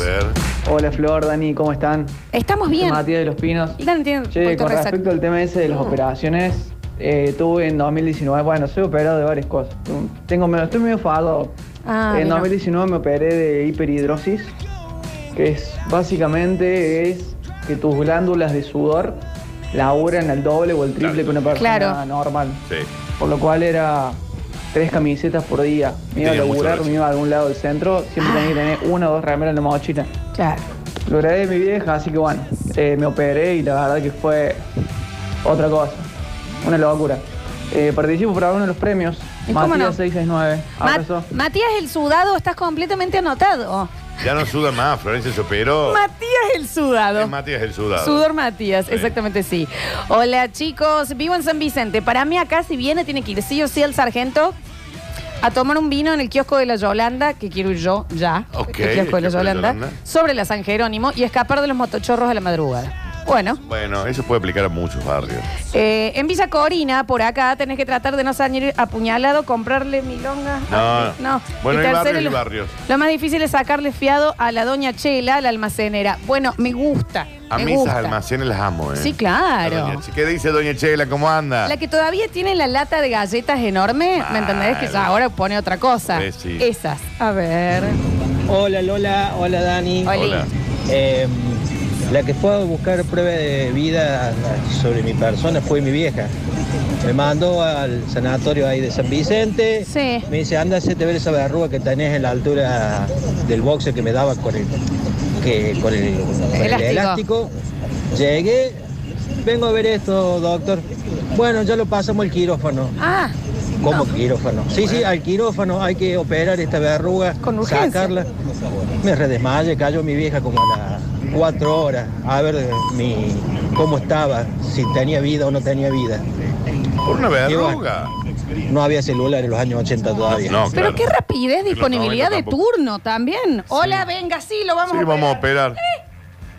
S3: Hola Flor, Dani, ¿cómo están?
S1: Estamos bien.
S3: Matías de los Pinos.
S1: Dani tiene
S3: Che,
S1: punto
S3: con
S1: resaca.
S3: respecto al tema ese de las operaciones, eh, tuve en 2019, bueno, soy operado de varias cosas. Tengo, medio- estoy medio fadado.
S1: Ah,
S3: en
S1: mira.
S3: 2019 me operé de hiperhidrosis, que es básicamente es que tus glándulas de sudor laburan al doble o el triple que una persona
S1: Claro.
S3: normal.
S2: Sí.
S3: Por lo cual era tres camisetas por día. Me iba a
S2: Tenía mucho
S3: laburar,
S2: peso.
S3: me iba a algún lado del centro, siempre tenía
S1: Ah.
S3: que tener una o dos remeras en la mochila.
S1: Claro.
S3: Lo grabé de mi vieja, así que bueno, eh, me operé y la verdad que fue otra cosa, una locura. Eh, participo para uno de los premios,
S1: ¿Y cómo
S3: Matías
S1: no?
S3: 669.
S1: Ma-
S3: Abrazo.
S1: Matías el sudado, estás completamente anotado.
S2: Ya no suda más, Florencia se operó.
S1: Matías el sudado.
S2: Es Matías el sudado.
S1: Sudor Matías, exactamente sí. Hola chicos, vivo en San Vicente. Para mí acá si viene tiene que ir sí o sí al sargento a tomar un vino en el kiosco de la Yolanda, que quiero ir yo ya,
S2: Ok,
S1: el kiosco de la
S2: el kiosco de
S1: Yolanda,
S2: Yolanda.
S1: sobre la San Jerónimo y escapar de los motochorros a la madrugada. Bueno,
S2: Bueno, eso puede aplicar a muchos barrios.
S1: eh, en Villa Corina, por acá, tenés que tratar de no salir apuñalado, comprarle milonga.
S2: No.
S1: No.
S2: Bueno,
S1: Y
S2: hay
S1: tercero,
S2: barrios y
S1: lo-
S2: barrios.
S1: Lo más difícil es sacarle fiado a la doña Chela, la almacenera. Bueno, me gusta.
S2: A
S1: me
S2: mí esas
S1: gusta.
S2: almacenes las amo, ¿eh?
S1: Sí, claro.
S2: La doña Che- ¿Qué dice Doña Chela? ¿Cómo anda?
S1: La que todavía tiene la lata de galletas enorme, ¿me entendés? Que ya ahora pone otra cosa.
S2: Eh, sí.
S1: Esas. A ver.
S6: Hola Lola, hola Dani.
S1: Hola.
S6: Eh, la que fue a buscar prueba de vida sobre mi persona fue mi vieja. Me mandó al sanatorio ahí de San Vicente. Me dice, anda, te ver esa verruga que tenés en la altura del boxe que me daba con el, que, con el, con el
S1: Elástico.
S6: elástico. Llegué, vengo a ver esto, doctor. Bueno, ya lo pasamos el quirófano.
S1: Ah,
S6: ¿Cómo quirófano? Sí, sí, al quirófano hay que operar esta verruga, sacarla. Me redesmaye, cayó mi vieja como a las cuatro horas a ver eh, mi, cómo estaba, si tenía vida o no tenía vida.
S2: ¿Por una
S6: Y bueno,
S2: verruga?
S6: no había celular en los años 80 todavía.
S2: Oh, No,
S1: Pero qué rapidez, disponibilidad de
S6: tampoco.
S1: turno también. Hola, venga, sí, lo vamos
S2: Sí,
S1: a
S2: vamos a operar.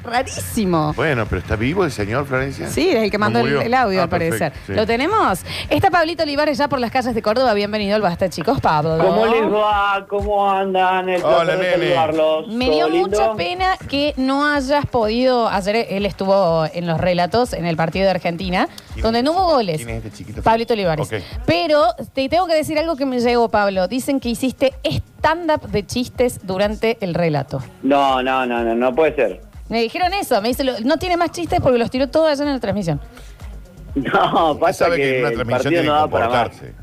S1: Rarísimo.
S2: Bueno, pero ¿está vivo el señor, Florencia?
S1: Sí, es el que mandó
S2: ¿No
S1: el,
S2: murió?
S1: el audio,
S2: Ah,
S1: al parecer.
S2: perfecto, sí.
S1: ¿Lo tenemos? Está Pablito Olivares ya por las calles de Córdoba. Bienvenido al Basta, chicos. Pablo.
S5: ¿Cómo les va? ¿Cómo andan? El
S2: Hola,
S5: placer de
S2: nene.
S5: saludarlos.
S1: Me
S5: ¿Todo
S1: dio
S5: lindo?
S1: mucha pena que no hayas podido. Ayer él estuvo en los relatos en el partido de Argentina, donde no hubo goles.
S2: ¿Quién es este chiquito?
S1: Pablito Olivares.
S2: Ok.
S1: Pero te tengo que decir algo que me llegó, Pablo. Dicen que hiciste stand-up de chistes durante el relato.
S5: No, no, no, no, no puede ser.
S1: Me dijeron eso. Me dice, "Lo- no tiene más chistes porque los tiró todos allá en la transmisión.
S5: No, pasa
S2: sabe
S5: que,
S2: que en una
S5: el
S2: transmisión
S5: partido
S2: tiene
S5: no
S2: que
S5: da para más.
S2: comportarse.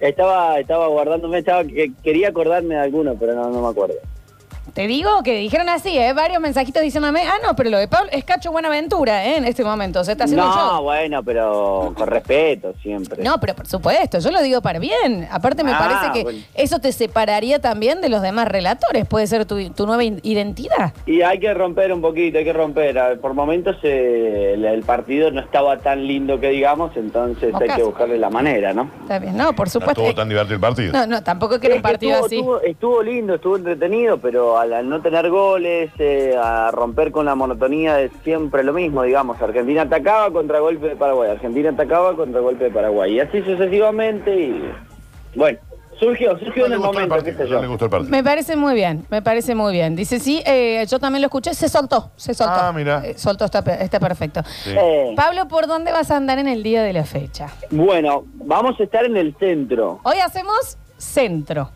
S5: Estaba, estaba guardándome, estaba que quería acordarme de alguno, pero no, no me acuerdo.
S1: Te digo que dijeron así, ¿eh? Varios mensajitos diciéndome, ah, no, pero lo de Pablo es Cacho Buenaventura, ¿eh? En este momento. Se está haciendo un show.
S5: No, bueno, pero con respeto siempre.
S1: No, pero por supuesto, yo lo digo para bien. Aparte me
S5: Ah,
S1: parece que
S5: bueno.
S1: eso te separaría también de los demás relatores. Puede ser tu, tu nueva in- identidad.
S5: Y hay que romper un poquito, hay que romper. A ver, Por momentos eh, el, el partido no estaba tan lindo que digamos, entonces
S1: Ocaso.
S5: hay que buscarle la manera, ¿no?
S1: Está bien, No, por supuesto.
S2: ¿Estuvo tan divertido el partido?
S1: No, no, tampoco es que era un
S5: Es que
S1: partido
S5: estuvo,
S1: así.
S5: Estuvo, estuvo lindo, estuvo entretenido, pero al, al no tener goles, eh, a romper con la monotonía de siempre lo mismo, digamos, Argentina atacaba contra golpe de Paraguay, Argentina atacaba contra golpe de Paraguay, y así sucesivamente, y bueno, surgió, surgió en el momento, qué sé yo.
S1: Me parece muy bien, me parece muy bien. Dice, sí, eh, yo también lo escuché, se soltó, se soltó. Ah, mira. soltó, está, pe- está perfecto.
S5: Sí. Eh.
S1: Pablo, ¿por dónde vas a andar en el día de la fecha?
S5: Bueno, vamos a estar en el centro,
S1: Hoy hacemos centro.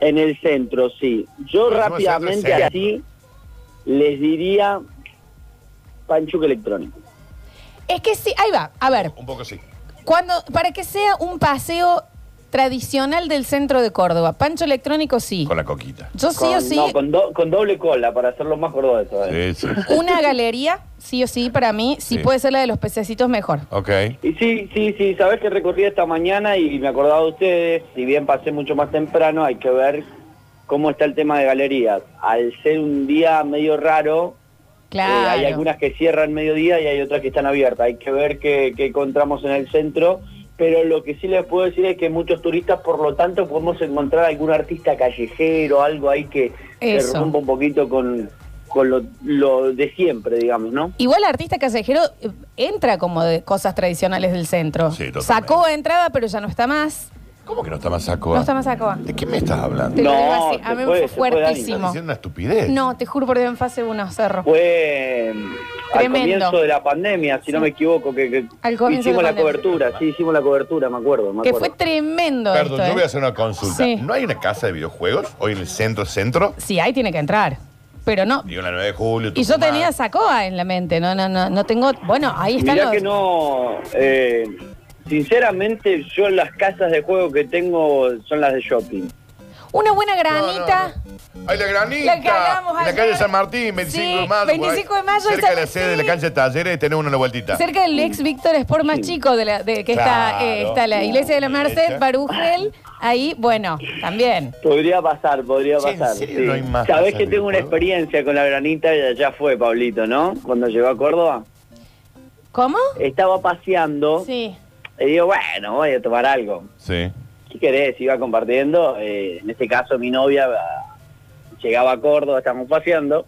S5: en el centro, sí. Yo
S1: Pero hacemos centro,
S5: rápidamente
S1: centro.
S5: así, les diría panchuque electrónico.
S1: Es que sí, ahí va. A ver,
S2: Un poco sí.
S1: cuando para que sea un paseo tradicional del centro de Córdoba, pancho electrónico sí.
S2: Con la coquita.
S1: Yo sí o
S5: Con-
S1: sí,
S5: No, con, do- con doble cola, para hacerlo más gordo eso. eh.
S1: una galería, sí o sí, para mí, si
S5: Sí.
S1: puede ser la de los pececitos
S5: Eh,
S1: mejor.
S2: Ok.
S5: Y sí, sí, sí, sabes que recorrí esta mañana y me acordaba de ustedes, si bien pasé mucho más temprano, hay que ver cómo está el tema de galerías. Al ser un día medio raro, eh, hay algunas que cierran mediodía y hay otras que están abiertas. Hay que ver qué, qué encontramos en el centro, pero lo que sí les puedo decir es que muchos turistas, por lo tanto, podemos encontrar algún artista callejero, algo ahí que se
S1: Eso.
S5: rompa un poquito con, con lo, lo de siempre, digamos, ¿no?
S1: Igual artista callejero eh, entra como de cosas tradicionales del centro.
S2: totalmente.
S1: Sacó entrada, pero ya no está más.
S2: ¿Cómo que no está más saco?
S1: No está más Sacoa.
S2: ¿De qué me estás hablando?
S1: Te lo digo así, a mí me fue
S2: Estás
S1: fuertísimo.
S2: diciendo una estupidez.
S1: No, te juro por Dios, en fase 1, cerro.
S5: Fue mm, al
S1: Tremendo.
S5: comienzo de la pandemia, si no me equivoco, que, que
S1: Al comienzo
S5: hicimos
S1: de la
S5: la cobertura, sí, hicimos la cobertura, me acuerdo, me
S1: Que
S5: acuerdo.
S1: fue tremendo
S2: Perdón,
S1: esto,
S2: yo
S1: ¿eh?
S2: voy a hacer una consulta.
S1: Sí.
S2: ¿No hay una casa de videojuegos hoy en el centro, centro?
S1: Sí, ahí tiene que entrar. Pero no.
S2: Digo, la 9 de julio.
S1: Y yo
S2: Tucumán.
S1: tenía Sacoa en la mente. No, no, no. No tengo. Bueno, ahí están
S5: Mirá
S1: los.
S5: que no, eh, sinceramente yo las casas de juego que tengo son las de shopping.
S1: Una buena granita.
S2: ¡Ay, la granita!
S1: La que hablamos
S2: en la
S1: ayer.
S2: calle San Martín, 25
S1: Sí,
S2: de mayo. por ahí.
S1: 25 de mayo,
S2: Cerca de la
S1: esa-
S2: sede de la cancha de talleres, tenemos una vueltita.
S1: Cerca del ex Víctor Sport más chico de la, de, que está, eh,
S2: Claro.
S1: está la iglesia de la Merced, Barugel, ahí, bueno, también.
S5: Podría pasar, podría
S1: Che, ¿en
S5: pasar.
S1: serio
S5: sí.
S1: no hay más
S5: Sabés
S1: casas
S5: que
S1: de
S5: tengo una experiencia con la granita y allá fue, Pablito, ¿no? Cuando llegó a Córdoba.
S1: ¿Cómo?
S5: Estaba paseando
S1: Sí.
S5: y digo, bueno, voy a tomar algo.
S2: Sí.
S5: ¿Qué querés? Iba compartiendo. eh, en este caso, mi novia ah, llegaba a Córdoba, estamos paseando.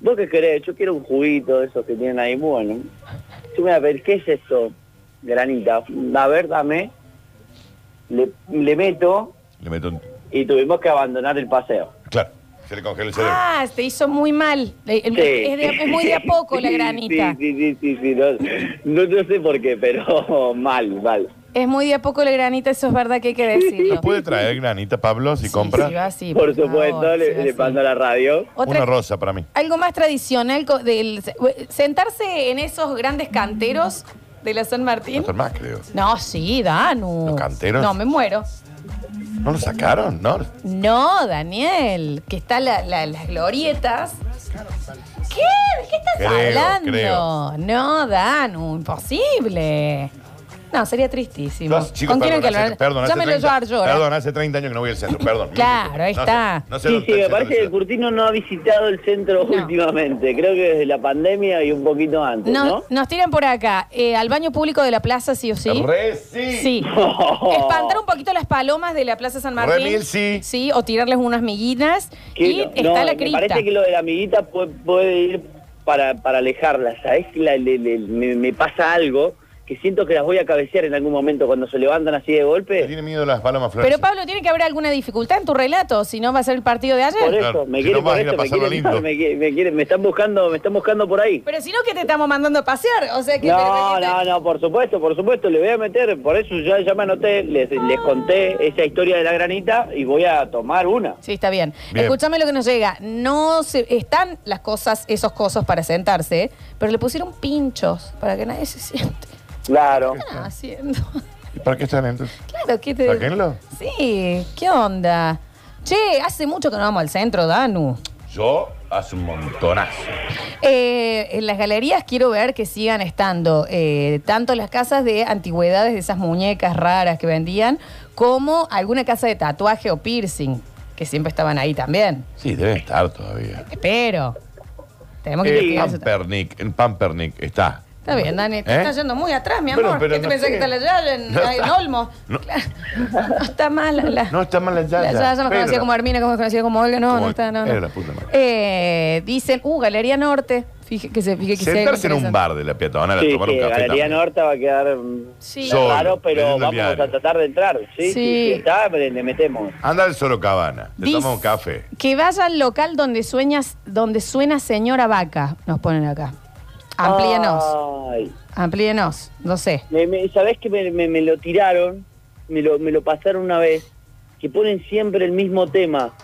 S5: ¿Vos qué querés? Yo quiero un juguito de esos que tienen ahí. Bueno, yo me voy a ver, ¿qué es eso? Granita. A ver, dame. Le, le meto
S2: Le meto un...
S5: y tuvimos que abandonar el paseo.
S2: Claro, se le congela el cerebro.
S1: Ah, te hizo muy mal. Eh, eh, Es, de- es muy de a poco la
S5: Sí,
S1: granita.
S5: Sí, sí, sí, sí, sí, no, no, no sé por qué, pero mal, mal.
S1: Es muy de a poco la granita, eso es verdad que hay que decirlo.
S2: ¿Puede traer granita, Pablo, si compra?
S1: sí, va así, por
S5: Por supuesto,
S1: favor,
S5: le,
S1: sí,
S5: le
S1: sí.
S5: mando a la radio.
S1: Otra-
S2: Una rosa para mí.
S1: Algo más tradicional co- del sentarse en esos grandes canteros de la San Martín.
S2: Doctor más, creo.
S1: No, sí, Danu. ¿Los
S2: canteros?
S1: No, me muero.
S2: ¿No lo sacaron? No.
S1: No, Daniel, que está la- la- las glorietas. ¿Qué? ¿De qué estás
S2: Creo,
S1: hablando?
S2: creo.
S1: No, Danu, imposible. No, sería tristísimo.
S2: Yo, chicos,
S1: ¿Con quién hay
S2: perdón,
S1: que
S2: hace-
S1: hablar?
S2: perdón, hace
S1: Llámelo yo
S2: 30
S1: a llorar.
S2: Perdón, hace 30 años que no voy al centro, perdón.
S1: Claro, ahí
S2: No sé-
S1: está.
S2: No sé
S5: Sí,
S2: dónde
S5: sí,
S2: está
S5: me
S2: el
S5: parece que el
S2: centro.
S5: Curtino no ha visitado el centro últimamente. Creo que desde la pandemia y un poquito antes, ¿no?
S1: No, Nos tiran por acá, eh, al baño público de la plaza, sí o sí.
S2: Re sí.
S1: Sí. Espantar un poquito las palomas de la Plaza San Martín.
S5: Oh. Remil, sí.
S1: Sí, o tirarles unas miguinas.
S5: Que
S1: Y
S5: no-
S1: está
S5: no,
S1: la
S5: me
S1: cripta.
S5: parece que lo de la amiguita puede, puede ir para, para alejarlas. ¿Sabes? La- le- le- me, me pasa algo que siento que las voy a cabecear en algún momento cuando se levantan así de golpe.
S2: Tiene miedo las palomas
S1: Pero Pablo, tiene que haber alguna dificultad en tu relato, si no va a ser el partido de ayer.
S5: Por eso, me quieren por esto, me quieren, me, quieren- me quieren- me están buscando, me están buscando por ahí.
S1: Pero si no, que te estamos mandando a pasear. O sea que.
S5: No, no, no, por supuesto, por supuesto, le voy a meter, por eso ya, ya me anoté, les, les conté esa historia de la granita y voy a tomar una.
S1: Sí, está bien.
S5: Bien.
S1: Escúchame lo que nos llega. No se, están las cosas, esos cosos para sentarse, pero le pusieron pinchos para que nadie se siente.
S5: Claro.
S1: ¿Qué están haciendo?
S2: ¿Y ¿Para qué están entonces?
S1: Claro, ¿qué te.
S2: Sáquenlo.
S1: Sí, ¿qué onda? Che, hace mucho que no vamos al centro, Danu.
S2: Yo hace un montonazo.
S1: Eh, en las galerías quiero ver que sigan estando eh, tanto las casas de antigüedades de esas muñecas raras que vendían, como alguna casa de tatuaje o piercing, que siempre estaban ahí también.
S2: Sí, debe estar todavía.
S1: Pero tenemos que
S2: En
S1: investigar eso.
S2: Pampernick, en Pampernick está.
S1: Está bien, Dani, te
S2: ¿Eh?
S1: estás yendo muy atrás, mi amor.
S2: Pero- pero
S1: ¿Qué te
S2: no
S1: pensás
S2: sé.
S1: que está la Yaya en,
S2: No
S1: ahí en
S2: está.
S1: Olmo?
S2: No.
S1: Claro. No está mal la,
S2: No está mal la
S1: la
S2: Yaya.
S1: Yaya, más
S2: pero-
S1: conocida como Armina, como conocida como Olga, no, no
S2: como-
S1: está, no, no.
S2: Era la puta madre.
S1: Eh, dicen, uh, Galería Norte. Fije que se, fije que se-
S2: Sentarse en un bar de la peatonal a
S5: Sí,
S2: tomar un
S5: que
S2: café.
S5: Galería
S2: también.
S5: Norte va a quedar mm,
S1: Sí.
S2: Solo,
S5: raro, pero
S2: leyendo
S5: vamos
S2: diario.
S5: a tratar de entrar. Sí,
S1: Sí.
S5: sí, sí, está, le le metemos.
S2: Anda al Solo Cabana, te
S1: Dice-
S2: toma un café.
S1: Que vaya al local donde sueñas, donde suena señora vaca, nos ponen acá. Amplíenos,
S5: Ay,
S1: amplíenos, no sé.
S5: me, me- ¿Sabés que me, me- me lo tiraron? Me lo, me lo pasaron una vez. Que ponen siempre el mismo tema.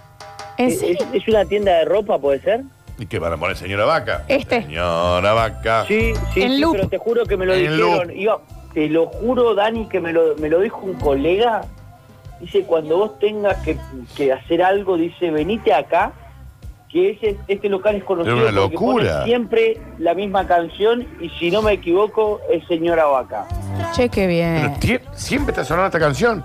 S5: Eh,
S1: ¿En
S5: Es, es- es una tienda de ropa, puede ser?
S2: ¿Y qué van a poner, señora vaca?
S1: Este.
S2: Señora vaca.
S5: Sí, sí, sí, pero te juro que me lo
S2: Ah. En
S5: dijeron. Iba- te lo juro, Dani, que me lo, me lo dijo un colega. Dice, cuando vos tengas que, que hacer algo, dice, venite acá, que ese, este local es conocido.
S2: Era una
S5: porque
S2: locura.
S5: ponen Siempre la misma canción y si no me equivoco es Señora Vaca.
S1: Che, qué bien.
S2: Tie- Siempre está sonando esta canción.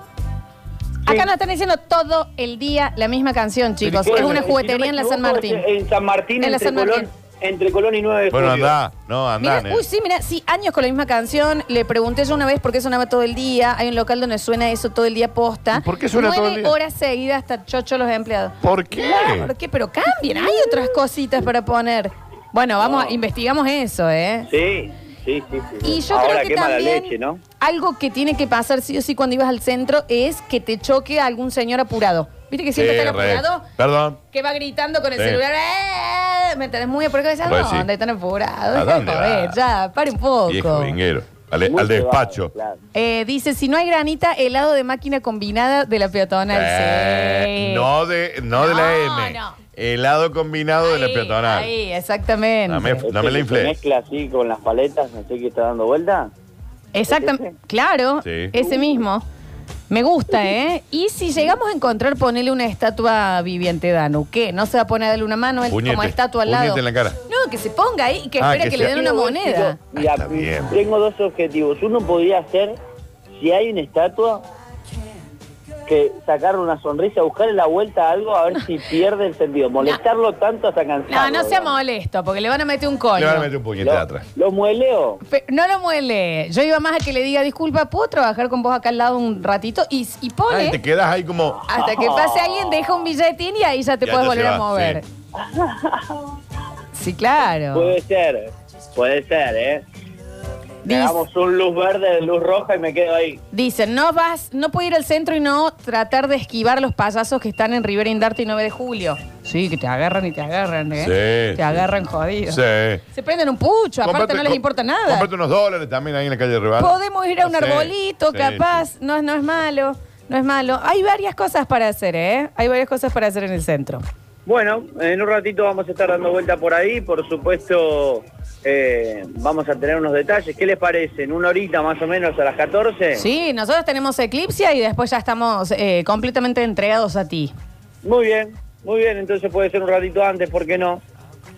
S1: Acá nos están diciendo todo el día la misma canción, chicos.
S5: Bueno,
S1: es una
S5: si
S1: juguetería
S5: no me
S1: en la San
S5: equivoco,
S1: Martín.
S5: es
S2: eh,
S5: En San Martín,
S1: En la
S5: entre,
S1: San
S5: Colón,
S1: Martín.
S5: entre Colón y 9 de
S2: Bueno,
S5: julio.
S2: andá. No, andá.
S1: Mirá,
S2: nene.
S1: uy, sí, mira, sí, años con la misma canción. Le pregunté yo una vez por qué sonaba todo el día. Hay un local donde suena eso todo el día posta. ¿Por
S2: qué suena todo el día?
S1: horas seguidas hasta chocho los empleados.
S2: ¿Por qué?
S1: Claro, ¿por qué? Pero cambien, hay otras cositas para poner. Bueno, vamos, a- investigamos eso, ¿eh?
S5: Sí, sí, sí. sí.
S1: Y yo
S5: Ahora
S1: creo que
S5: qué mala
S1: también-
S5: leche, ¿no?
S1: Algo que tiene que pasar sí o sí cuando ibas al centro es que te choque algún señor apurado. ¿Viste que siempre está el
S2: re.
S1: apurado?
S2: Perdón.
S1: que va gritando con el
S2: Sí.
S1: celular. ¡Eh! ¿Me entendés? Muy apurado. ¿A
S2: Pues sí.
S1: dónde están apurados?
S2: ¿A dónde
S1: Deja joder, Ya, pare un poco.
S2: Viejo vinguero. Al, e- al despacho.
S1: Eh, dice, si no hay granita, helado de máquina combinada de la peatonal.
S2: Eh,
S1: Sí.
S2: no, de, no, de la M. Helado combinado de la peatonal.
S1: Ahí, exactamente.
S2: Dame- dame la
S5: Este, que se
S2: infle.
S5: mezcla así con las paletas, no sé qué está dando vuelta.
S1: Exactamente. Claro,
S5: Sí.
S1: ese mismo. Me gusta, ¿eh? Y si llegamos a encontrar, ponele una estatua viviente Danu. ¿Qué? ¿No se va a poner a darle una mano él
S2: Puñete,
S1: como estatua al lado?
S2: puñete en la cara.
S1: No, que se ponga ahí y que
S2: Ah,
S1: espere que,
S2: que
S1: le
S2: sea-
S1: den una moneda.
S5: Mira, tengo dos objetivos. Uno podría ser, si hay una estatua, que sacar una sonrisa, buscarle la vuelta a algo, a ver si pierde el sentido. Molestarlo tanto hasta
S1: No,
S5: cansarlo.
S1: no sea molesto, porque le van a meter un coño.
S2: un puñete atrás.
S5: ¿Lo mueleo?
S1: Pe- no lo muele. Yo iba más a que le diga, disculpa, ¿puedo trabajar con vos acá al lado un ratito? Y, y pone,
S2: Ay, te quedas ahí como.
S1: hasta que pase alguien, deja un billetín y ahí ya te
S2: Ya
S1: puedes
S2: te
S1: volver
S2: se
S1: a
S2: va,
S1: mover. Sí, claro.
S5: Puede ser, puede ser, ¿eh? Le
S1: Dice-
S5: damos un luz verde, luz roja y me quedo ahí.
S1: Dicen, no vas, no puedo ir al centro y no tratar de esquivar los payasos que están en Rivera Indarte y 9 de julio. Sí, que te agarran y te agarran, ¿eh?
S2: Sí,
S1: Te
S2: sí.
S1: agarran jodido.
S2: Sí.
S1: Se prenden un pucho, aparte
S2: Comprate-
S1: no les
S2: com-
S1: importa nada.
S2: Comprate unos dólares también ahí en la calle de Rival.
S1: Podemos ir a un
S2: Sí,
S1: arbolito,
S2: sí,
S1: capaz. No, no es malo, no es malo. Hay varias cosas para hacer, ¿eh? Hay varias cosas para hacer en el centro.
S5: Bueno, en un ratito vamos a estar dando vuelta por ahí, por supuesto eh, vamos a tener unos detalles. ¿Qué les parece? ¿En una horita más o menos a las 14?
S1: Sí, nosotros tenemos Eclipse y después ya estamos eh, completamente entregados a ti.
S5: Muy bien, muy bien, entonces puede ser un ratito antes, ¿por qué no?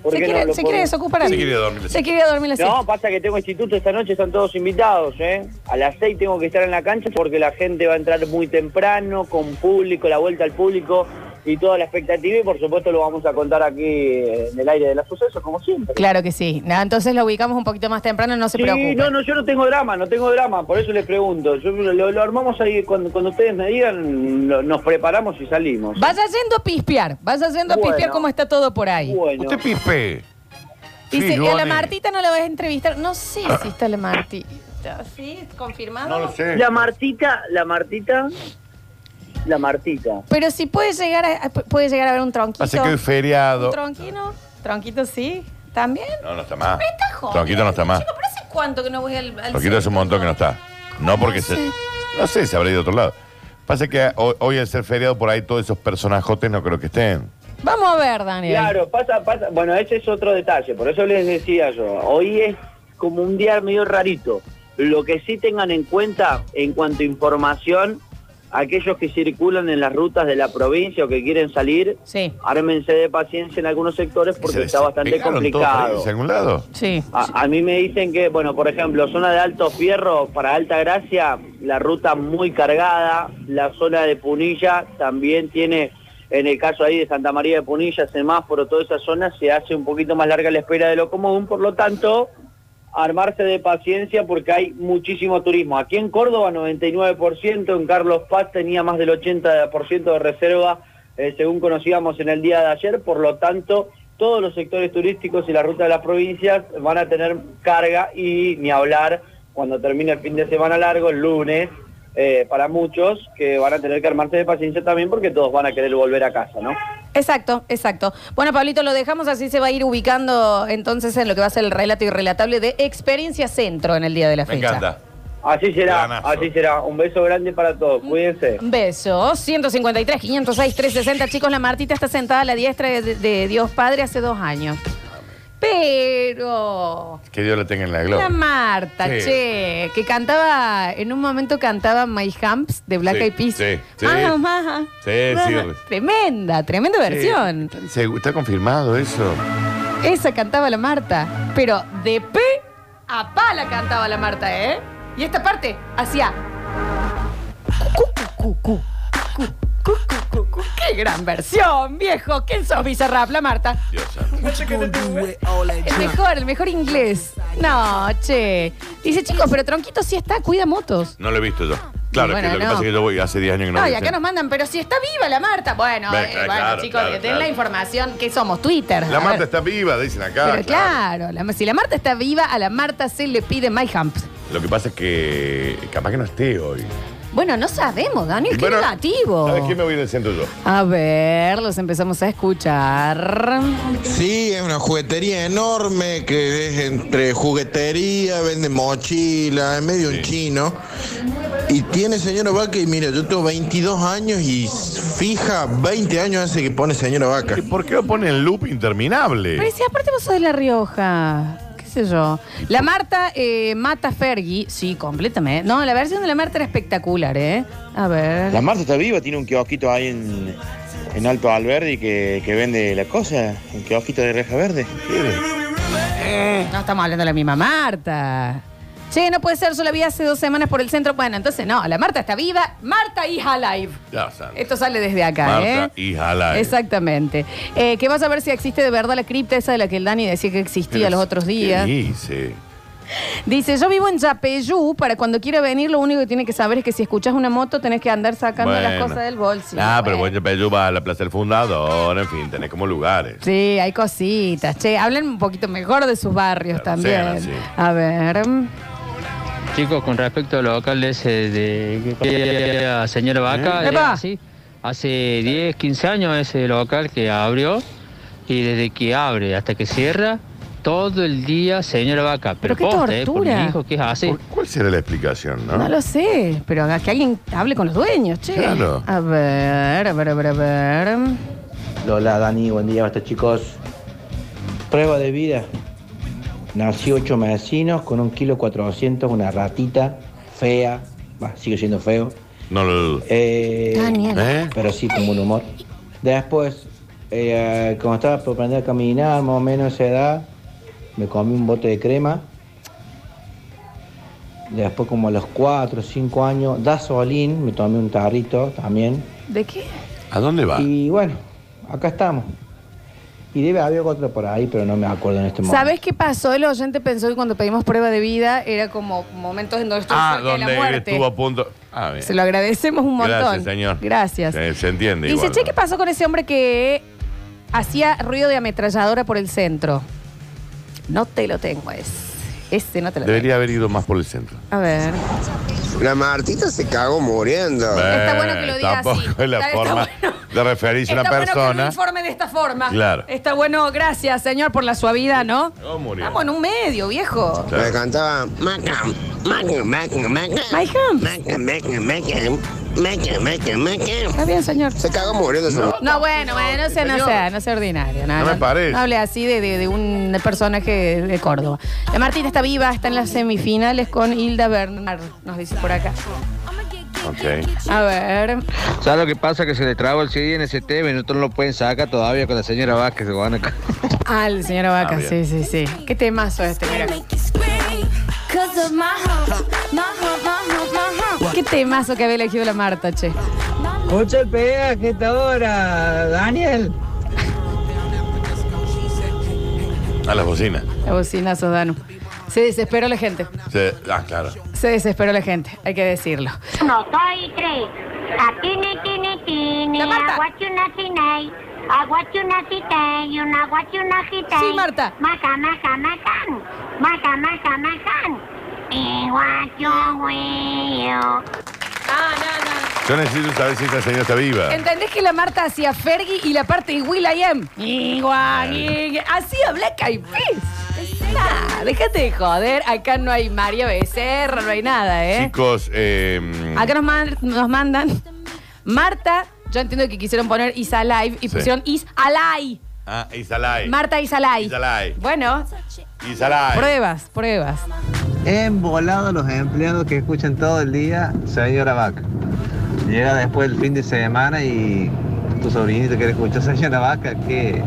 S5: ¿Por
S1: Se
S5: qué
S1: quiere-
S5: Lo
S1: se
S5: podemos-
S1: quiere desocupar antes. Se quiere dormir la Se siesta. quiere dormir la siesta.
S5: No, pasa que tengo instituto esta noche, están todos invitados, ¿eh? A las 6 tengo que estar en la cancha porque la gente va a entrar muy temprano, con público, la vuelta al público y toda la expectativa y por supuesto lo vamos a contar aquí eh, en el aire de los sucesos, como siempre.
S1: Claro que sí. Nada, entonces lo ubicamos un poquito más temprano, no se
S5: Sí,
S1: preocupen.
S5: no, no, yo no tengo drama, no tengo drama, por eso les pregunto. Yo lo, lo armamos ahí, cuando, cuando ustedes me digan, lo- nos preparamos y salimos.
S1: Vaya yendo a pispear, vaya yendo a
S5: Bueno.
S1: pispear cómo está todo por ahí.
S2: Usted pispe.
S1: Dice, ¿y a la
S2: Filones.
S1: Martita no la vas a entrevistar? No sé si está la Martita. ¿Sí? ¿Confirmado?
S2: eh.
S5: La Martita, la Martita, la Martita.
S1: Pero si puede llegar a, a- puede llegar a ver un tronquito.
S2: Pasa que hoy es feriado.
S1: ¿Un tronquino? ¿Tronquito sí? ¿También?
S2: No, no está más.
S1: Me está jodiendo.
S2: Tronquito no está más.
S1: Chico, ¿pero hace cuánto que no voy al, al
S2: Tronquito hace un montón que no está. No porque se. No sé, se habrá ido a otro lado. Pasa que hoy, hoy al ser feriado por ahí todos esos personajotes no creo que estén.
S1: Vamos a ver, Daniel.
S5: Claro, pasa, pasa. Bueno, ese es otro detalle, por eso les decía yo. Hoy es como un día medio rarito. Lo que sí tengan en cuenta en cuanto a información, aquellos que circulan en las rutas de la provincia o que quieren salir, ármense de paciencia en algunos sectores porque
S2: Se
S5: está bastante
S2: despegaron todos por ahí,
S5: complicado.
S2: ¿De algún lado?
S1: Sí.
S5: A, a mí me dicen que, bueno, por ejemplo, zona de Alto Fierro para Alta Gracia, la ruta muy cargada, la zona de Punilla también tiene, en el caso ahí de Santa María de Punilla, semáforo, toda esa zona se hace un poquito más larga la espera de lo común, por lo tanto, armarse de paciencia porque hay muchísimo turismo. Aquí en Córdoba 99%, en Carlos Paz tenía más del 80% de reserva, eh, según conocíamos en el día de ayer, por lo tanto, todos los sectores turísticos y la ruta de las provincias van a tener carga y ni hablar cuando termine el fin de semana largo, el lunes, eh, para muchos que van a tener que armarse de paciencia también porque todos van a querer volver a casa, ¿no?
S1: Exacto, exacto. Bueno, Pablito, lo dejamos así, se va a ir ubicando entonces en lo que va a ser el relato irrelatable de Experiencia Centro en el día de la
S2: Me
S1: fecha.
S2: encanta.
S5: Así será, así será. Un beso grande para todos. Cuídense.
S1: Un beso. 153, 506, 360. Chicos, la Martita está sentada a la diestra de, de Dios Padre hace dos años. Pero.
S2: Que Dios la tenga en la
S1: La
S2: gloria.
S1: Marta,
S2: Sí.
S1: che, que cantaba, en un momento cantaba My Humps de Black
S2: Sí,
S1: Eyed Peas.
S2: sí, sí.
S1: Maja, maja,
S2: Sí, sí.
S1: maja. Tremenda, tremenda versión.
S2: Sí. Se- Está confirmado eso.
S1: Esa cantaba la Marta, pero de P a pa la cantaba la Marta, ¿eh? Y esta parte hacía. cu, cu, cu, cu, cu, cu, cu, cu. ¡Qué gran versión, viejo! ¿Quién sos, Bizarrap, la Marta? El mejor, el mejor inglés. No, che. Dice, chicos, pero Tronquito sí está, cuida motos.
S2: No lo he visto yo. Claro,
S1: Bueno,
S2: que lo que
S1: no.
S2: pasa es que yo voy hace 10 años que no
S1: No,
S2: voy
S1: y
S2: a
S1: acá nos mandan, pero si está viva la Marta. Bueno,
S2: Ve,
S1: eh,
S2: claro,
S1: bueno,
S2: claro,
S1: chicos,
S2: claro,
S1: den
S2: claro.
S1: la información que somos Twitter.
S2: La
S1: A
S2: Marta
S1: ver.
S2: está viva, dicen acá.
S1: Pero claro, la- si la Marta está viva, a la Marta se le pide My Humps.
S2: Lo que pasa es que capaz que no esté hoy.
S1: Bueno, no sabemos, Daniel, qué
S2: Bueno,
S1: negativo.
S2: ¿Sabes qué? Me voy del centro yo.
S1: A ver, los empezamos a escuchar.
S7: Sí, es una juguetería enorme que es entre juguetería, vende mochila, es medio un chino. Y tiene señora vaca y mira, yo tengo 22 años y fija, 20 años hace que pone señora vaca. ¿Y
S2: por qué lo pone en loop
S1: Pero
S2: interminable?
S1: decía, aparte vos sos de La Rioja. ¿Qué sé yo? La Marta eh, mata a Fergie. Sí, completamente. No, la versión de la Marta era espectacular, ¿eh? A ver.
S8: La Marta está viva, tiene un kiosquito ahí en, en Alto Alberdi que, que vende la cosa, un kiosquito de reja verde.
S1: No estamos hablando de la misma Marta. Che, no puede ser, yo la vi hace dos semanas por el centro. Bueno, entonces no, la Marta está viva. Marta is alive.
S2: Ya saben.
S1: Esto sale desde acá, ¿eh?
S2: Marta, hija la.
S1: Exactamente. Eh, que vas a ver si existe de verdad la cripta esa de la que el Dani decía que existía los otros días.
S2: ¿Qué dice?
S1: Dice, yo vivo en Yapeyú, para cuando quiera venir lo único que tiene que saber es que si escuchas una moto tenés que andar sacando las
S2: Bueno.
S1: cosas del bolsillo. pues.
S2: ah, pero bueno, Peyú va a la Plaza del Fundador, en fin, tenés como lugares.
S1: Sí, hay cositas. Che, hablen un poquito mejor de sus barrios también.
S9: sean así.
S1: A ver. mm,
S9: Chicos, con respecto al local ese eh, de la señora Vaca,
S1: ¿Eh?
S9: es
S1: Epa.
S9: así. hace 10, 15 años ese local que abrió y desde que abre hasta que cierra, todo el día señora Vaca. Pero,
S1: Pero qué
S9: posta, eh, por mi
S1: tortura.
S9: hijo, ¿qué es así?
S2: ¿Cuál será la explicación, no?
S1: No lo sé, pero haga- que alguien hable con los dueños, che.
S2: Claro.
S1: A ver, a ver, a ver, a ver.
S4: Lola, Dani, buen día, basta chicos. Prueba de vida. Nací ocho vecinos con un kilo cuatrocientos, una ratita fea, bah, sigue siendo feo.
S2: No lo dudo.
S4: Eh,
S2: Daniel. ¿Eh?
S4: Pero sí con buen humor. Después, eh, como estaba por aprender a caminar, más o menos a esa edad, me comí un bote de crema. Después, como a los 4 o 5 años, gasolín, me tomé un tarrito también.
S1: ¿De qué?
S2: ¿A dónde va?
S4: Y bueno, acá estamos. Y debe haber otro por ahí, pero no me acuerdo en este momento.
S1: ¿Sabes qué pasó? El oyente pensó que cuando pedimos prueba de vida era como momentos en donde estoy
S2: Ah,
S1: cerca de la
S2: donde
S1: muerte.
S2: estuvo a punto. Ah, bien.
S1: Se lo agradecemos un montón.
S2: Gracias, señor.
S1: Gracias.
S2: Se, se entiende
S1: Dice,
S2: igual.
S1: che, ¿qué pasó con ese hombre que hacía ruido de ametralladora por el centro? No te lo tengo, es. Ese no te lo
S2: Debería haber ido más por el centro.
S1: tengo. A ver.
S10: La Martita se cagó muriendo.
S2: Eh, Tampoco es la
S1: Está- está
S2: forma de referirse a una
S1: Está bueno que lo
S2: persona.
S1: informe de esta forma.
S2: Claro.
S1: Está bueno, gracias, señor, por la suavidad, ¿no?
S2: No, murió.
S1: Estamos en un medio, viejo.
S10: Me cantaba maca, maca, maca, maca. Maca, maca, maca, maca, maca, maca.
S1: Está bien, señor.
S10: Se cagó muriendo su
S1: No, bueno, bueno, no sea, no sea, no sea ordinario. No,
S10: No me parece.
S1: no hable así de, de- de un personaje de Córdoba. La Martina está viva, está en las semifinales con Hilda Bernard, nos dice por acá. A ver.
S18: ¿Sabes lo que pasa? Que se le traba el CD en ese tema y nosotros no lo pueden sacar todavía con la señora Vázquez. Se van a...
S1: Ah, el señor Vaca,
S18: Ah,
S1: sí,
S18: bien.
S1: sí, sí. Qué temazo este, mira. Qué temazo que había elegido la Marta, che.
S19: Escucha el peaje esta hora, Daniel.
S2: A las bocinas.
S1: La bocinazo, Danu. Se desesperó la gente.
S2: Se- ah, claro.
S1: Se desesperó la gente, hay que decirlo.
S11: No, soy tres. A tini, tini, tini. Aguachuna, sinay. Aguachuna, sitay. Una aguachuna, jitay. Sí, Marta. Maca, maca, macan. Maca, maca, macan. Iguachuyo.
S1: Ah, no, no.
S2: Yo necesito saber si esta señora está viva.
S1: ¿Entendés que la Marta hacía Fergie y la parte de Will I Am? Igual, y- Así habla Caipés. Ah, déjate de joder. Acá no hay María Becerra, no hay nada, ¿eh?
S2: Chicos, eh,
S1: Acá nos, man- nos mandan Marta. Yo entiendo que quisieron poner Is Alive y
S2: Sí.
S1: pusieron Is Alive.
S2: ah, Isalai.
S1: Marta Is Alive.
S2: Isalai.
S1: Bueno,
S2: Isalai.
S1: pruebas, pruebas.
S12: Envolados los empleados que escuchan todo el día, señora Vaca. Llega después el fin de semana y tu sobrinito quiere escuchar señora Vaca que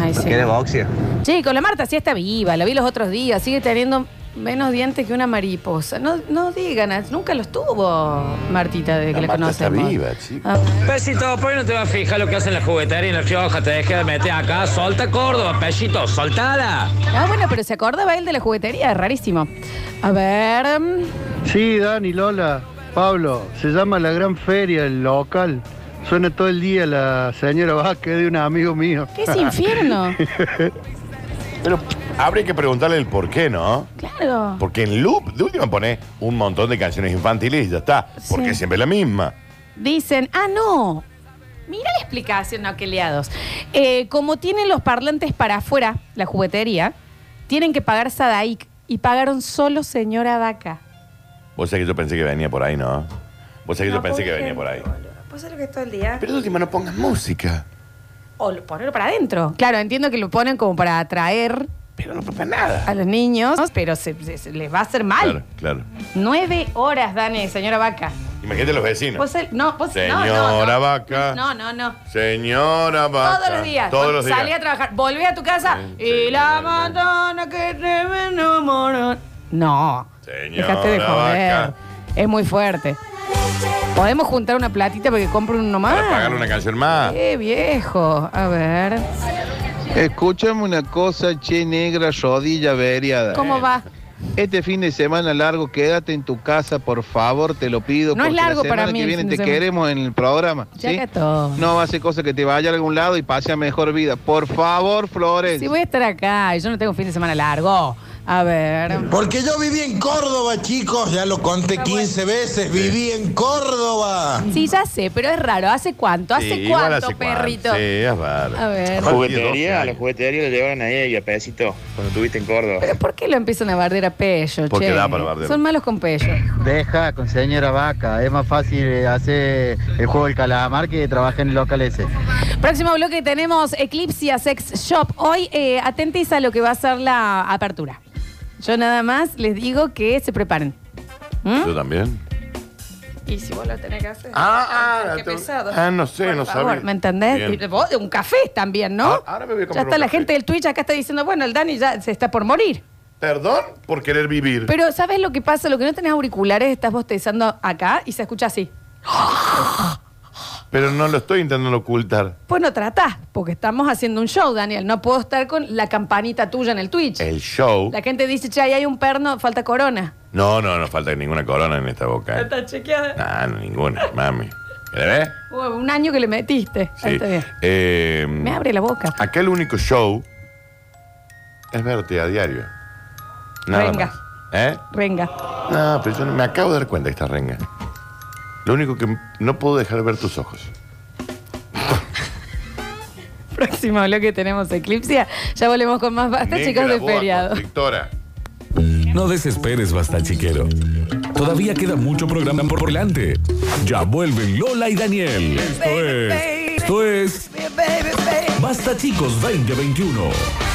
S1: Ay, sí.
S12: quiere boxear.
S1: Che, con la Marta sí está viva, la vi los otros días, sigue teniendo menos dientes que una mariposa. No, no digan, nunca los tuvo Martita desde que la, conocemos. Ah.
S2: chicos.
S13: Pesito, ¿por qué no te vas a fijar lo que hacen la juguetería en La Rioja? Te dejé de meter acá. Solta Córdoba, Pellito, soltala.
S1: Ah, bueno, pero se acordaba él de la juguetería, rarísimo. A ver. mm,
S14: Sí, Dani, Lola, Pablo, se llama la gran feria, el local. Suena todo el día la señora Vázquez de un amigo mío.
S1: ¿Qué es infierno?
S2: Pero habría que preguntarle el por qué, ¿no?
S1: Claro.
S2: Porque en loop, de última pone un montón de canciones infantiles y ya está. Porque
S1: Sí.
S2: es siempre la misma.
S1: Dicen, ah, no. Mira la explicación, no, qué liados. Eh, como tienen los parlantes para afuera, la juguetería, tienen que pagar Sadaic y pagaron solo señora vaca.
S2: Vos sabés que yo pensé que venía por ahí, ¿no? Vos sabés que yo
S1: No,
S2: pensé que
S1: porque-
S2: venía por ahí.
S1: ¿Vos sabés lo que es todo el día?
S2: Pero de última no pongas música.
S1: O lo- ponerlo para adentro. Claro, entiendo que lo ponen como para atraer.
S2: Pero no para nada.
S1: A los niños, pero se, se- se les va a hacer mal.
S2: Claro, claro.
S1: Nueve horas, Dani, señora vaca.
S2: Imagínate los
S1: Vos
S2: vecinos.
S1: el- no, vos, no, no,
S2: Señora
S1: no.
S2: vaca.
S1: No, no, no.
S2: Señora vaca.
S1: Todos los días.
S2: Todos
S1: Cuando
S2: los días.
S1: Salí a trabajar, volví a tu casa y la madonna que te me enamoró. No.
S2: Señora
S1: Dejate de joder.
S2: vaca.
S1: Es muy fuerte. ¿Podemos juntar una platita para que compre uno más?
S2: Para pagar una canción más.
S1: Qué viejo. A ver.
S15: Escúchame una cosa, che negra, rodilla averiada.
S1: ¿Cómo va?
S15: Este fin de semana largo, quédate en tu casa, por favor, te lo pido.
S1: No es
S15: porque la
S1: largo para
S15: semana
S1: mí
S15: que
S1: el
S15: viene
S1: fin de
S15: te
S1: semana.
S15: queremos en el programa.
S1: Ya
S15: ¿sí?
S1: que todo.
S15: No va a ser cosa que te vaya a algún lado y pase a mejor vida. Por favor, Flores.
S1: Si voy a estar acá y yo no tengo un fin de semana largo. A ver.
S7: Porque yo viví en Córdoba, chicos, ya lo conté 15 veces, viví en Córdoba.
S1: Sí, ya sé, pero es raro. ¿Hace cuánto? ¿Hace
S7: Sí, igual
S1: cuánto,
S7: hace cuánto,
S1: perrito?
S2: Sí, es raro.
S1: A ver.
S8: Juguetería, a la juguetería le llevaron a ella, Pesito, cuando estuviste en Córdoba.
S1: ¿Pero por qué lo empiezan a bardear a Pello,
S8: Porque
S1: che?
S8: da para bardear.
S1: Son malos con Pello.
S16: Deja con señora vaca, es más fácil eh, hacer el juego del calamar que trabajar en el local ese.
S1: Próximo bloque tenemos Eclipsia Sex Shop. Hoy eh, atentis a lo que va a ser la apertura. Yo nada más les digo que se preparen. ¿Mm?
S2: Yo también.
S1: Y si vos lo tenés que hacer.
S2: Ah, ah,
S1: qué
S2: te-
S1: pesado.
S2: ah, no sé,
S1: Por
S2: no
S1: favor,
S2: sabía.
S1: ¿Me entendés?
S2: Bien.
S1: Y vos de un café también, ¿no?
S2: Ah, ahora me voy a
S1: ya
S2: comprar
S1: está
S2: un
S1: la
S2: café.
S1: gente del Twitch acá está diciendo, bueno, el Dani ya se está por morir.
S2: Perdón por querer vivir.
S1: Pero ¿sabes lo que pasa? Lo que no tenés auriculares, estás bostezando acá y se escucha así.
S2: Pero no lo estoy intentando ocultar.
S1: Pues no tratás, porque estamos haciendo un show, Daniel. No puedo estar con la campanita tuya en el Twitch.
S2: El show.
S1: La gente dice, che, ahí hay un perno, falta corona.
S2: No, no, no falta ninguna corona en esta boca. eh.
S1: Está chequeada.
S2: Ah, no, ninguna, mami. ¿La ves?
S1: Hubo un año que le metiste. Ahí
S2: Sí.
S1: está bien.
S2: Eh,
S1: Me abre la boca.
S2: Acá el único show es verte a diario. Nada
S1: Renga.
S2: más. ¿Eh?
S1: Renga.
S2: No, pero yo no- me acabo de dar cuenta de esta renga. Lo único que no puedo dejar de ver tus ojos.
S1: Próximo bloque tenemos Eclipsia. Ya volvemos con más basta,
S17: Negra
S1: chicos, de
S17: boa
S1: feriado.
S2: Victora.
S17: No desesperes, basta chiquero. Todavía queda mucho programa por delante. Ya vuelven Lola y Daniel. Esto es. Esto es. Basta chicos 2021.